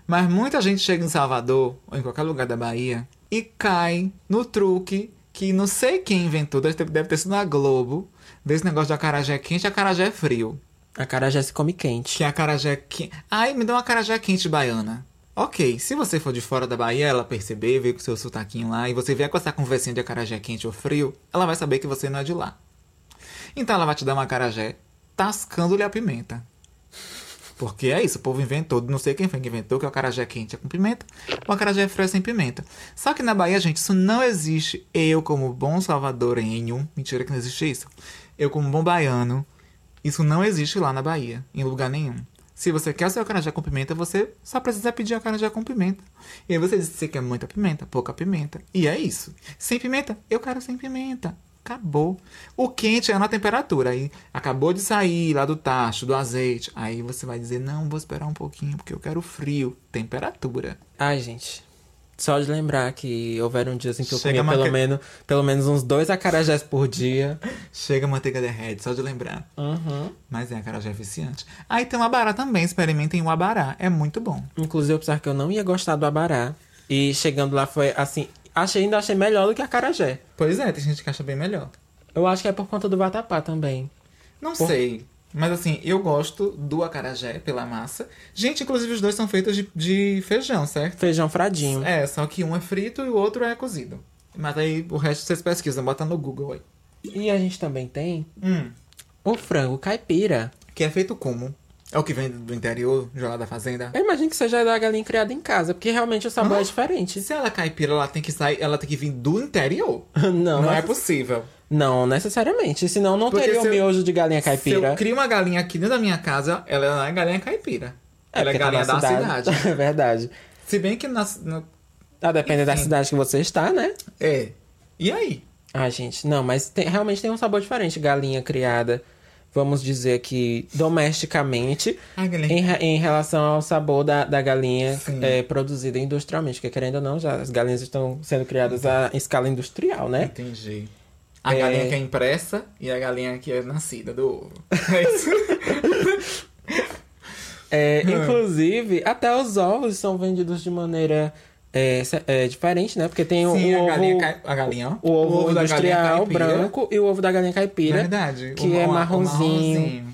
Mas muita gente chega em Salvador, ou em qualquer lugar da Bahia, e cai no truque que não sei quem inventou, deve ter, deve ter sido na Globo, desse negócio de acarajé quente e acarajé frio.
A cara já se come quente.
Que é acarajé quente. Ai, me dá uma acarajé quente baiana. Ok, se você for de fora da Bahia, ela perceber, ver com seu sotaquinho lá, e você vier com essa conversinha de acarajé quente ou frio, ela vai saber que você não é de lá. Então ela vai te dar uma acarajé tascando-lhe a pimenta. Porque é isso, o povo inventou, não sei quem foi que inventou, que o acarajé quente é com pimenta, o acarajé frio é sem pimenta. Só que na Bahia, gente, isso não existe. Eu, como bom salvadorenho, mentira que não existe isso. Eu, como bom baiano, isso não existe lá na Bahia, em lugar nenhum. Se você quer o seu acarajé com pimenta, você só precisa pedir acarajé com pimenta. E aí você diz se quer muita pimenta, pouca pimenta. E é isso. Sem pimenta? Eu quero sem pimenta. Acabou. O quente é na temperatura. Aí acabou de sair lá do tacho, do azeite. Aí você vai dizer, não, vou esperar um pouquinho, porque eu quero frio. Temperatura.
Ai, gente. Só de lembrar que houveram dias em que eu
Chega
comia pelo,
maca-
menos, pelo menos uns dois acarajés por dia.
Chega a manteiga derrete, só de lembrar.
Uhum.
Mas é acarajé eficiente. Aí tem o abará também, experimentem o abará. É muito bom.
Inclusive, eu pensava que eu não ia gostar do abará. E chegando lá foi assim. Achei, ainda achei melhor do que acarajé.
Pois é, tem gente que acha bem melhor.
Eu acho que é por conta do vatapá também.
Não sei. Mas assim, eu gosto do acarajé pela massa. Gente, inclusive os dois são feitos de, de feijão, certo?
Feijão fradinho.
É, só que um é frito e o outro é cozido. Mas aí o resto vocês pesquisam, bota no Google aí.
E a gente também tem
Hum.
o frango caipira.
Que é feito como? É o que vem do interior, de lá da fazenda?
Eu imagino que seja da galinha criada em casa, porque realmente o sabor
Hã?
é diferente.
Se ela é caipira, ela tem que sair, ela tem que vir do interior.
*laughs* Não,
*laughs* Não, é
necess-
possível.
não necessariamente. Senão não
Porque
teria o
se eu-
miojo de galinha
Se
caipira.
eu crio uma galinha aqui dentro da minha casa, ela não é galinha caipira. ela é
porque tá
galinha
na
da cidade.
*laughs* É verdade.
Se bem que na, na- Tá
Ah, depende da
Enfim.
cidade que você está, né?
É. E aí?
Ah, gente, não, mas tem- realmente tem um sabor diferente. Galinha criada, vamos dizer que domesticamente,
A galinha
em, re- em relação ao sabor da, da galinha
Sim.
eh, produzida industrialmente. Porque querendo ou não, já as galinhas estão sendo criadas a em escala industrial, né?
Entendi. A
É.
galinha que é impressa e a galinha que é nascida do ovo. *laughs* É isso.
É,
Hum.
inclusive, até os ovos são vendidos de maneira é, se- é, diferente, né? Porque tem o-
Sim,
o,
a
ovo,
galinha, cai- a galinha, ó.
o ovo
da galinha
industrial
caipira.
branco e o ovo da galinha caipira.
Verdade.
que
o
é
ma- o
marronzinho.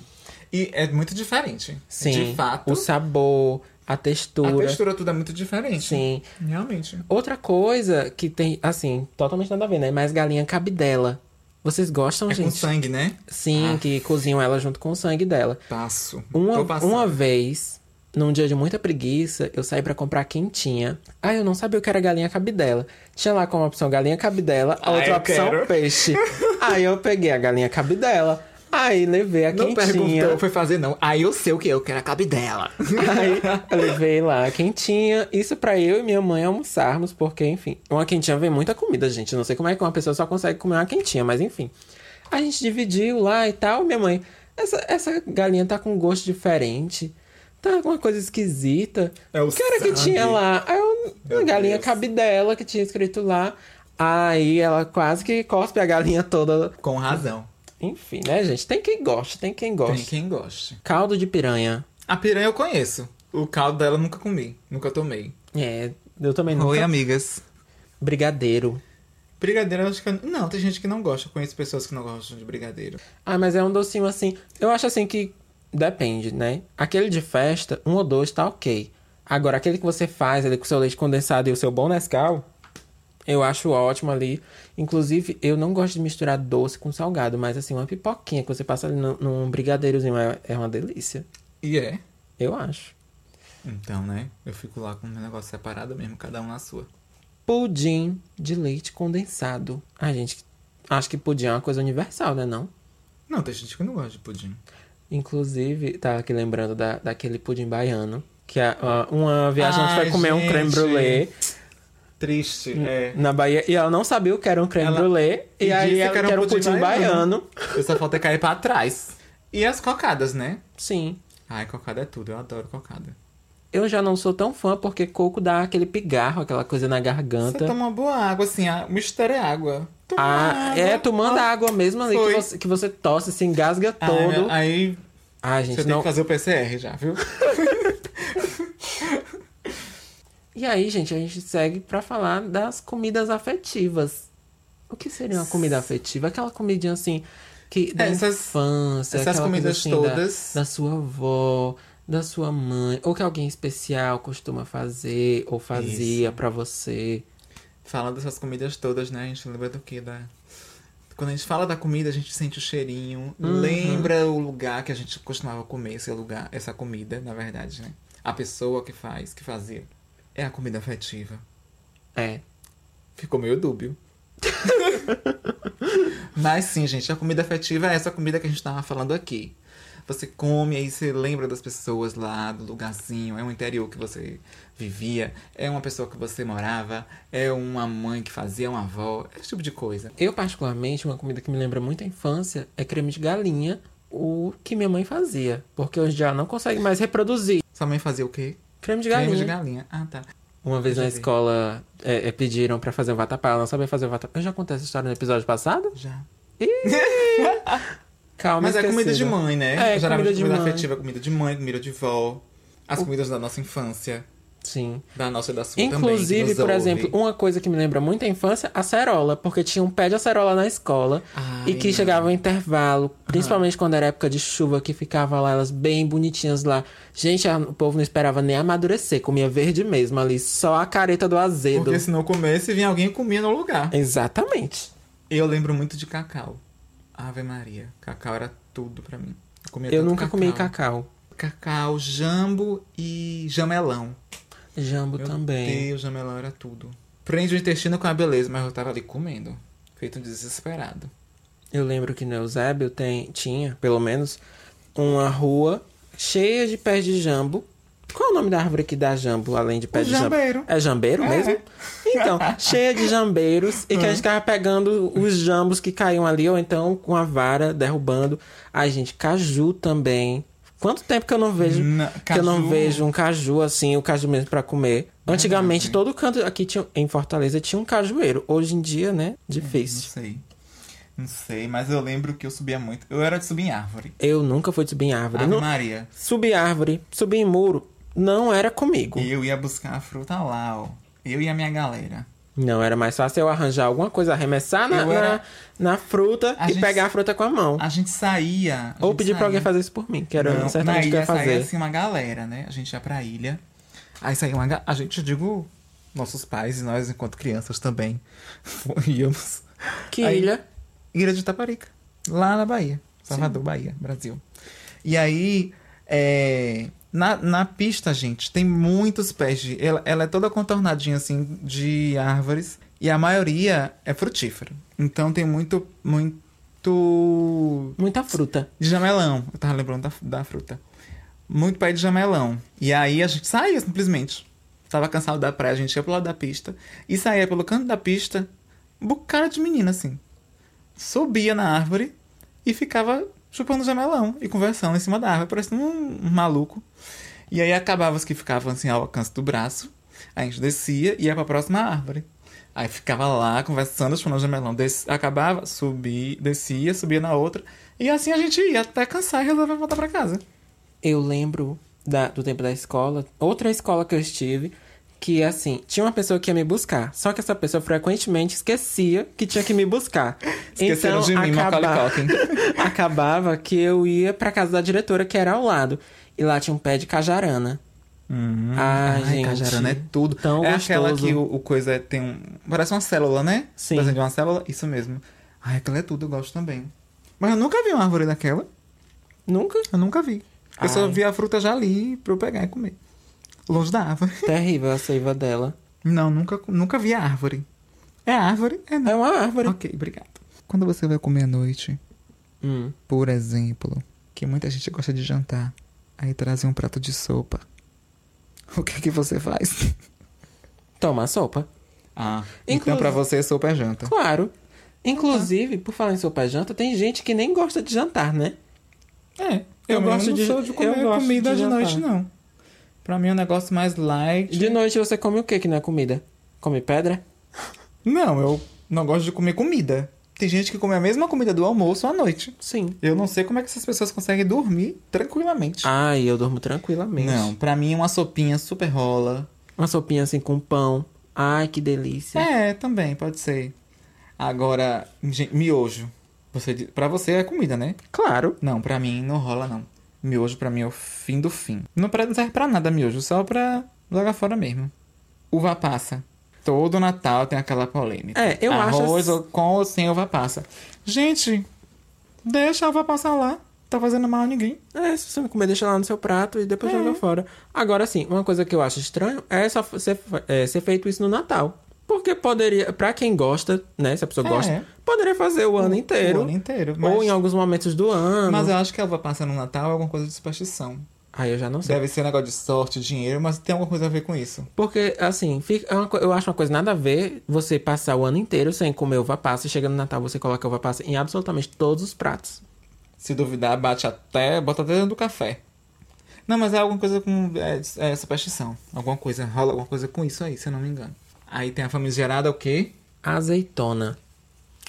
E é muito diferente.
Sim.
De fato,
O sabor, a textura.
a textura tudo é muito diferente.
Sim. Então,
Realmente.
Outra coisa que tem, assim, totalmente nada a ver, né? Mas galinha cabidela. Vocês gostam,
é com
gente?
sangue, né?
Sim,
Ah.
que cozinham ela junto com o sangue dela.
Passo.
Uma,
Tô passando.
uma vez, num dia de muita preguiça, eu saí pra comprar quentinha. Ah, eu não sabia o que era galinha cabidela. Tinha lá como opção galinha cabidela, a
Ah,
outra
eu
opção
quero. *laughs*
peixe. Aí eu peguei a galinha cabidela, aí levei a
Não
quentinha.
perguntou, foi fazer não. Aí eu sei o que eu quero, a cabe dela.
Aí eu levei lá a quentinha. Isso pra eu e minha mãe almoçarmos, porque, enfim, uma quentinha vem muita comida, gente. Eu não sei como é que uma pessoa só consegue comer uma quentinha, mas enfim. A gente dividiu lá e tal. Minha mãe, essa, essa galinha tá com um gosto diferente. Tá com uma coisa esquisita.
É o
que era que
sangue.
tinha lá? Aí eu,
Meu
uma galinha
Deus.
cabidela que tinha escrito lá. Aí ela quase que cospe a galinha toda.
*laughs* Com razão.
Enfim, né, gente? Tem quem gosta, tem quem gosta.
Tem quem goste.
Caldo de piranha.
A piranha eu conheço. O caldo dela eu nunca comi. Nunca tomei.
É, eu também não.
Oi, amigas.
Brigadeiro.
Brigadeiro, eu acho que. eu- Não, tem gente que não gosta. Eu conheço pessoas que não gostam de brigadeiro.
Ah, mas é um docinho assim. Eu acho assim que depende, né? Aquele de festa, um ou dois tá ok. Agora, aquele que você faz ali com seu leite condensado e o seu bom Nescau, eu acho ótimo ali. Inclusive, eu não gosto de misturar doce com salgado, mas assim, uma pipoquinha que você passa ali num, num brigadeirozinho é, é uma delícia.
E é.
Eu acho.
Então, né? Eu fico lá com o meu negócio separado mesmo, cada um na sua.
Pudim de leite condensado. Ai, gente, acho que pudim é uma coisa universal, né? Não?
Não, tem gente que não gosta de pudim.
Inclusive, tava aqui lembrando da, daquele pudim baiano. Que a, a- uma viajante
Ai,
foi comer um
gente.
creme brulee
Triste,
Hum.
é.
na Bahia e ela não sabia o que era um creme
Ela-
brulee. E,
e
aí
disse
ela que era um pudim baiano.
Eu só falta cair pra trás. E as cocadas, né?
Sim.
Ai, cocada é tudo. Eu adoro cocada.
Eu já não sou tão fã porque coco dá aquele pigarro, aquela coisa na
Você
garganta.
toma boa água, assim. A... O mistério é água. Toma
Ah,
água.
é, tu manda água mesmo ali que
Foi.
você, que você tosse, se engasga
Ah,
todo. Ai,
Aí você
gente,
tem
não.
que fazer o PCR já, viu?
E aí, gente, a gente segue pra falar das comidas afetivas. O que seria uma comida afetiva? Aquela comidinha assim que da
É, Essas-
infância,
essas
aquela coisa
comidas
assim
todas.
da, da sua avó, da sua mãe, ou que alguém especial costuma fazer ou fazia pra você.
Falando dessas comidas todas, né? A gente lembra do que? Da... Quando a gente fala da comida, a gente sente o cheirinho. Lembra o lugar que a gente costumava comer esse lugar, essa comida, na verdade, né? A pessoa que faz, que fazia. É a comida afetiva.
É.
Ficou meio *laughs* dúbio. Mas sim, gente, a comida afetiva é essa comida que a gente tava falando aqui. Você come, aí você lembra das pessoas lá, do lugarzinho. É um interior que você vivia, é uma pessoa que você morava, é uma mãe que fazia, uma avó, esse tipo de coisa.
Eu, particularmente, uma comida que me lembra muito a infância é creme de galinha, o que minha mãe fazia. Porque hoje já não consegue mais reproduzir.
Sua mãe fazia o quê?
Creme de galinha.
Creme de galinha. Ah, tá.
Uma vez
Já
na
vi.
escola é, é, pediram pra fazer um vatapá, ela não sabia fazer o vatapá. Eu já contei essa história no episódio passado?
Já.
Calma,
Mas é
esquecida.
comida de mãe, né?
É,
Geralmente
comida de mãe.
afetiva, é comida de mãe, comida de vó. As comidas da nossa infância,
Sim.
da nossa e da sua também. que
Inclusive,
nos
por
ouve.
exemplo, uma coisa que me lembra muito a infância, acerola. Porque tinha um pé de acerola na escola.
Ai, Ah.
E que
não.
chegava o intervalo, principalmente quando era época de chuva, que ficava lá elas bem bonitinhas lá. Gente, a- o povo não esperava nem amadurecer, comia verde mesmo ali, só a careta do azedo.
Porque se não comesse, vinha alguém e comia no
É.
lugar.
Exatamente.
Eu lembro muito de cacau. Ave Maria. Cacau era tudo pra mim. Eu, comia
Eu
tanto
nunca comi cacau.
Cacau, jambo e jamelão.
Jambo
Meu
também.
Deus, jamelão era tudo. Prende o intestino com a beleza, mas eu tava ali comendo. Feito um desesperado.
Eu lembro que no Eusébio tem, tinha, pelo menos, uma rua cheia de pés de jambo. Qual é o nome da árvore que dá jambo, além de pé
O
de
jambeiro.
jambo? É jambeiro mesmo?
*laughs*
Então, cheia de jambeiros. E que a gente ficava pegando os jambos que caíam ali, ou então com a vara, derrubando. Ai, gente, caju também. Quanto tempo que eu não vejo
Na-
que eu não
Hum, caju. É
vejo um caju assim, o caju mesmo pra comer. Antigamente,
Verdade.
todo canto aqui tinha, em Fortaleza tinha um cajueiro. Hoje em dia, né? Difícil.
Não sei. Não sei, mas eu lembro que eu subia muito. Eu era de subir em árvore.
Eu nunca fui subir em árvore.
Ave
Não-
Maria.
Subir árvore, subir em muro, não era comigo.
Eu ia buscar a fruta lá, ó. Eu e a minha galera.
Não, era mais fácil eu arranjar alguma coisa, arremessar na,
Eu era-
na, na fruta
A
e
gente-
pegar a fruta com a mão.
A gente saía. a
Ou
gente
pedir pra
saía.
alguém fazer isso por mim, que era
Não, na
certamente o que eu
ilha
ia fazer.
saía assim uma galera, né? A gente ia pra ilha. Aí saía uma ga- A gente, eu digo, nossos pais e nós, enquanto crianças também, *laughs* íamos.
Que
Aí-
ilha?
Ilha de Itaparica, lá na Bahia. Salvador, Bahia, Brasil. E aí, é, na, na pista, gente, tem muitos pés. De, ela, ela é toda contornadinha, assim, de árvores. E a maioria é frutífero. Então tem muito, muito
Muita fruta.
de jamelão. Eu tava lembrando da, da fruta. Muito pé de jamelão. E aí a gente saía simplesmente. Tava cansado da praia, a gente ia pro lado da pista. E saía pelo canto da pista, um bocado de menina, assim. Subia na árvore e ficava chupando jamelão e conversando em cima da árvore, parecendo um, um maluco. E aí acabava os que ficavam assim ao alcance do braço. Aí a gente descia e ia pra próxima árvore. Aí ficava lá conversando, chupando jamelão. Des... Acabava, subia, descia, subia na outra. E assim a gente ia até cansar e resolver voltar pra casa.
Eu lembro da- do tempo da escola, outra escola que eu estive, que assim, tinha uma pessoa que ia me buscar. Só que essa pessoa frequentemente esquecia que tinha que me buscar.
*laughs*
Então,
Esqueceram de mim,
acaba-
Macaulay Culkin.
*laughs* acabava que eu ia pra casa da diretora, que era ao lado. E lá tinha um pé de cajarana.
Hum,
Ai, gente.
Cajarana é tudo.
Tão
é
gostoso.
aquela que o, o coisa é- tem um... Parece uma célula, né?
Sim.
Desenho de uma célula, isso mesmo. Ai, aquela é tudo, eu gosto também. Mas eu nunca vi uma árvore daquela.
Nunca?
Eu nunca vi. Eu só
Ai.
vi a fruta já ali pra eu pegar e comer. Longe da árvore. *laughs*
Terrível a seiva dela.
Não, nunca, nunca vi a árvore. É árvore? É não.
É uma árvore.
Ok, obrigado. Quando você vai comer à noite,
Hum.
por exemplo, que muita gente gosta de jantar, aí trazem um prato de sopa. O que que você faz?
Toma a sopa.
Ah,
Inclusive-
então pra você sopa é janta.
Claro. Inclusive, por falar em sopa e janta, tem gente que nem gosta de jantar, né?
É,
eu
mesmo
gosto
não
de-
sou de comer
eu gosto
comida
de
de,
jantar.
noite, não. Pra mim é um negócio mais light.
De noite você come o que que não é comida? Come pedra?
Não, eu não gosto de comer comida. Tem gente que come a mesma comida do almoço à noite.
Sim.
Eu não sei como é que essas pessoas conseguem dormir tranquilamente.
Ai, eu durmo tranquilamente.
Não, pra mim uma sopinha super rola.
Uma sopinha assim com pão. Ai, que delícia.
É, também, pode ser. Agora, gen- miojo. Você, di- pra você é comida, né?
Claro.
Não, pra mim não rola, não. Miojo pra mim é o fim do fim. Não, pra- não serve pra nada miojo, só pra jogar fora mesmo. Uva passa. Todo Natal tem aquela polêmica.
É, eu acho
Arroz
ass-
ou com ou sem uva passa. Gente, deixa a uva passar lá. Tá fazendo mal a ninguém.
É, se você não comer, deixa lá no seu prato e depois
É.
assim, joga fora. Agora, sim, uma coisa que eu acho estranho é só ser, é, ser feito isso no Natal. Porque poderia, pra quem gosta, né? Se a pessoa
É.
gosta, poderia fazer o ano inteiro.
O ano inteiro. Mas,
Ou em alguns momentos do ano.
mas é eu acho que ela vai passar no Natal é alguma coisa de superstição.
Aí eu já não sei.
Deve ser um negócio de sorte, dinheiro, mas tem alguma coisa a ver com isso.
Porque, assim, fica, é uma co- eu acho uma coisa nada a ver você passar o ano inteiro sem comer uva passa e chega no Natal você coloca uva passa em absolutamente todos os pratos.
Se duvidar, bate até. bota até dentro do café. Não, mas é alguma coisa com. É, é superstição. Alguma coisa. Rola alguma coisa com isso aí, se eu não me engano. Aí tem a famigerada o quê?
Azeitona.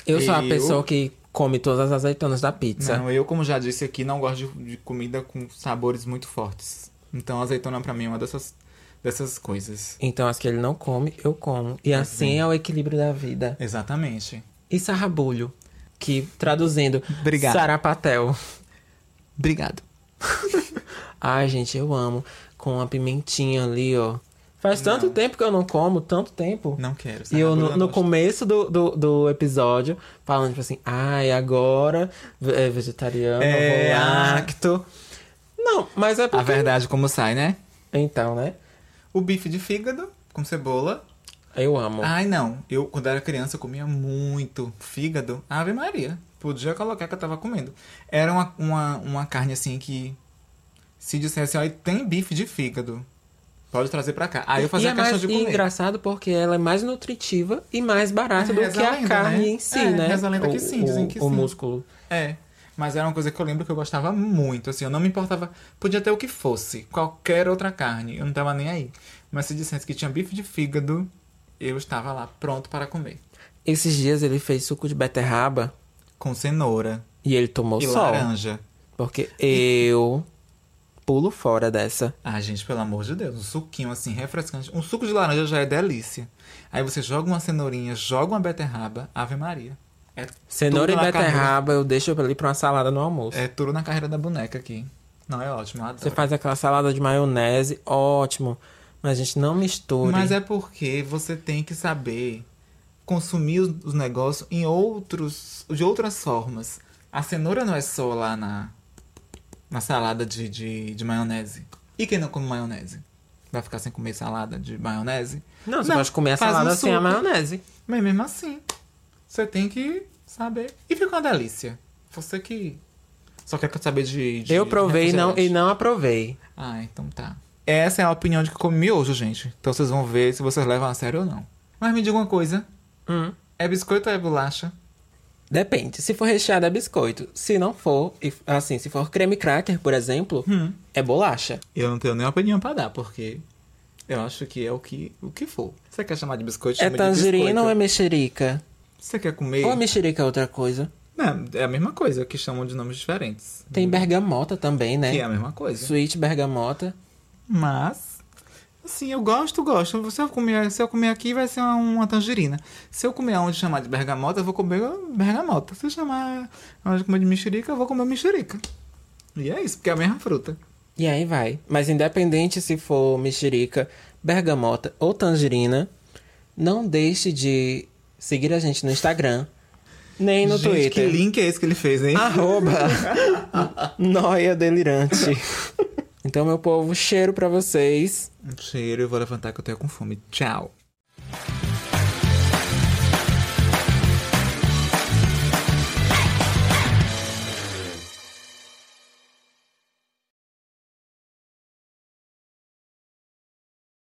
Eu, sou a
Eu?
pessoa que come todas as azeitonas da pizza.
Não, eu, como já disse aqui, não gosto de, de comida com sabores muito fortes. Então, azeitona pra mim é uma dessas, dessas coisas.
Então as que ele não come, eu como.
Uhum.
E assim é o equilíbrio da vida.
Exatamente.
E sarrabulho, que traduzindo,
Obrigado.
sarapatel. *laughs*
Obrigado.
Ai, gente, eu amo. Com uma pimentinha ali, ó. Faz tanto tempo que eu não como, tanto tempo.
Não quero.
E eu, no,
sarrabulho é
no
gosto.
começo do, do, do episódio, falando, tipo assim, ai, agora é vegetariano,
É,
vou
ah.
lacto. Não, mas é
A
porque...
verdade, como sai, né?
Então, né?
O bife de fígado com cebola.
Eu amo.
Ai, não. Eu, quando era criança, eu comia muito fígado. Ave Maria. Podia colocar que eu tava comendo. Era uma, uma, uma carne assim que. Se dissesse, olha, tem bife de fígado. Pode trazer pra cá. Aí eu
e
fazia
é
questão
mais
de
e
comer.
engraçado porque ela é mais nutritiva e mais barata
É,
do
reza
que a
a lenda,
carne
né?
em si,
É,
né?
reza a lenda
o,
que sim, dizem que
o, o
sim.
músculo.
É. Mas era uma coisa que eu lembro que eu gostava muito, assim, eu não me importava. Podia ter o que fosse, qualquer outra carne, eu não tava nem aí. Mas se dissesse que tinha bife de fígado, eu estava lá pronto para comer.
Esses dias ele fez suco de beterraba
Com cenoura
e ele tomou
e
sol.
laranja.
Porque eu pulo fora dessa.
Ah, gente, pelo amor de Deus, um suquinho assim, refrescante. Um suco de laranja já é delícia. Aí você joga uma cenourinha, joga uma beterraba, Ave Maria. É
Cenoura e
tudo na carreira-
beterraba eu deixo ali pra uma salada no almoço.
É tudo na carreira da boneca aqui. Não, é ótimo, eu adoro.
Você faz aquela salada de maionese, ótimo. Mas a gente não mistura.
Mas é porque você tem que saber consumir os os negócios em outros, de outras formas. A cenoura não é só lá na, na salada de, de, de maionese. E quem não come maionese? Vai ficar sem comer salada de maionese?
Não, você
Não,
pode comer a
faz um
salada sem a
suco.
maionese.
Mas mesmo assim, você tem que saber. E fica uma delícia. Você que só quer saber de. de
eu provei não,
refrigerante.
e não aprovei.
Ah, então tá. Essa é a opinião de que come miojo, gente. Então vocês vão ver se vocês levam a sério ou não. Mas me diga uma coisa.
Hum.
É biscoito ou é bolacha?
Depende. Se for recheado é biscoito. Se não for, e- assim, se for creme cracker, por exemplo,
Hum.
é bolacha.
Eu não tenho nenhuma opinião pra dar, porque eu acho que é o que, o que for. Você quer chamar de biscoito?
É
chama de
tangerina
biscoito.
ou é mexerica?
Você quer comer?
Ou a mexerica é outra coisa?
Não, é a mesma coisa, que chamam de nomes diferentes.
Tem bergamota também, né?
Hum. Que é a mesma coisa.
Sweet bergamota.
Mas, assim, eu gosto, gosto. Se eu comer, se eu comer aqui, vai ser uma, uma tangerina. Se eu comer onde chamar de bergamota, eu vou comer bergamota. Se eu chamar onde comer de mexerica, eu vou comer mexerica. E é isso, porque é a mesma fruta.
E aí vai. Mas independente se for mexerica, bergamota ou tangerina, não deixe de seguir a gente no Instagram, nem no
Gente, que
Twitter. Ah.
link é esse que ele fez,
*laughs*
hein?
Arroba *laughs* Noia Delirante. Então, meu povo, cheiro pra vocês.
Um cheiro, eu vou levantar que eu tô com fome. Tchau.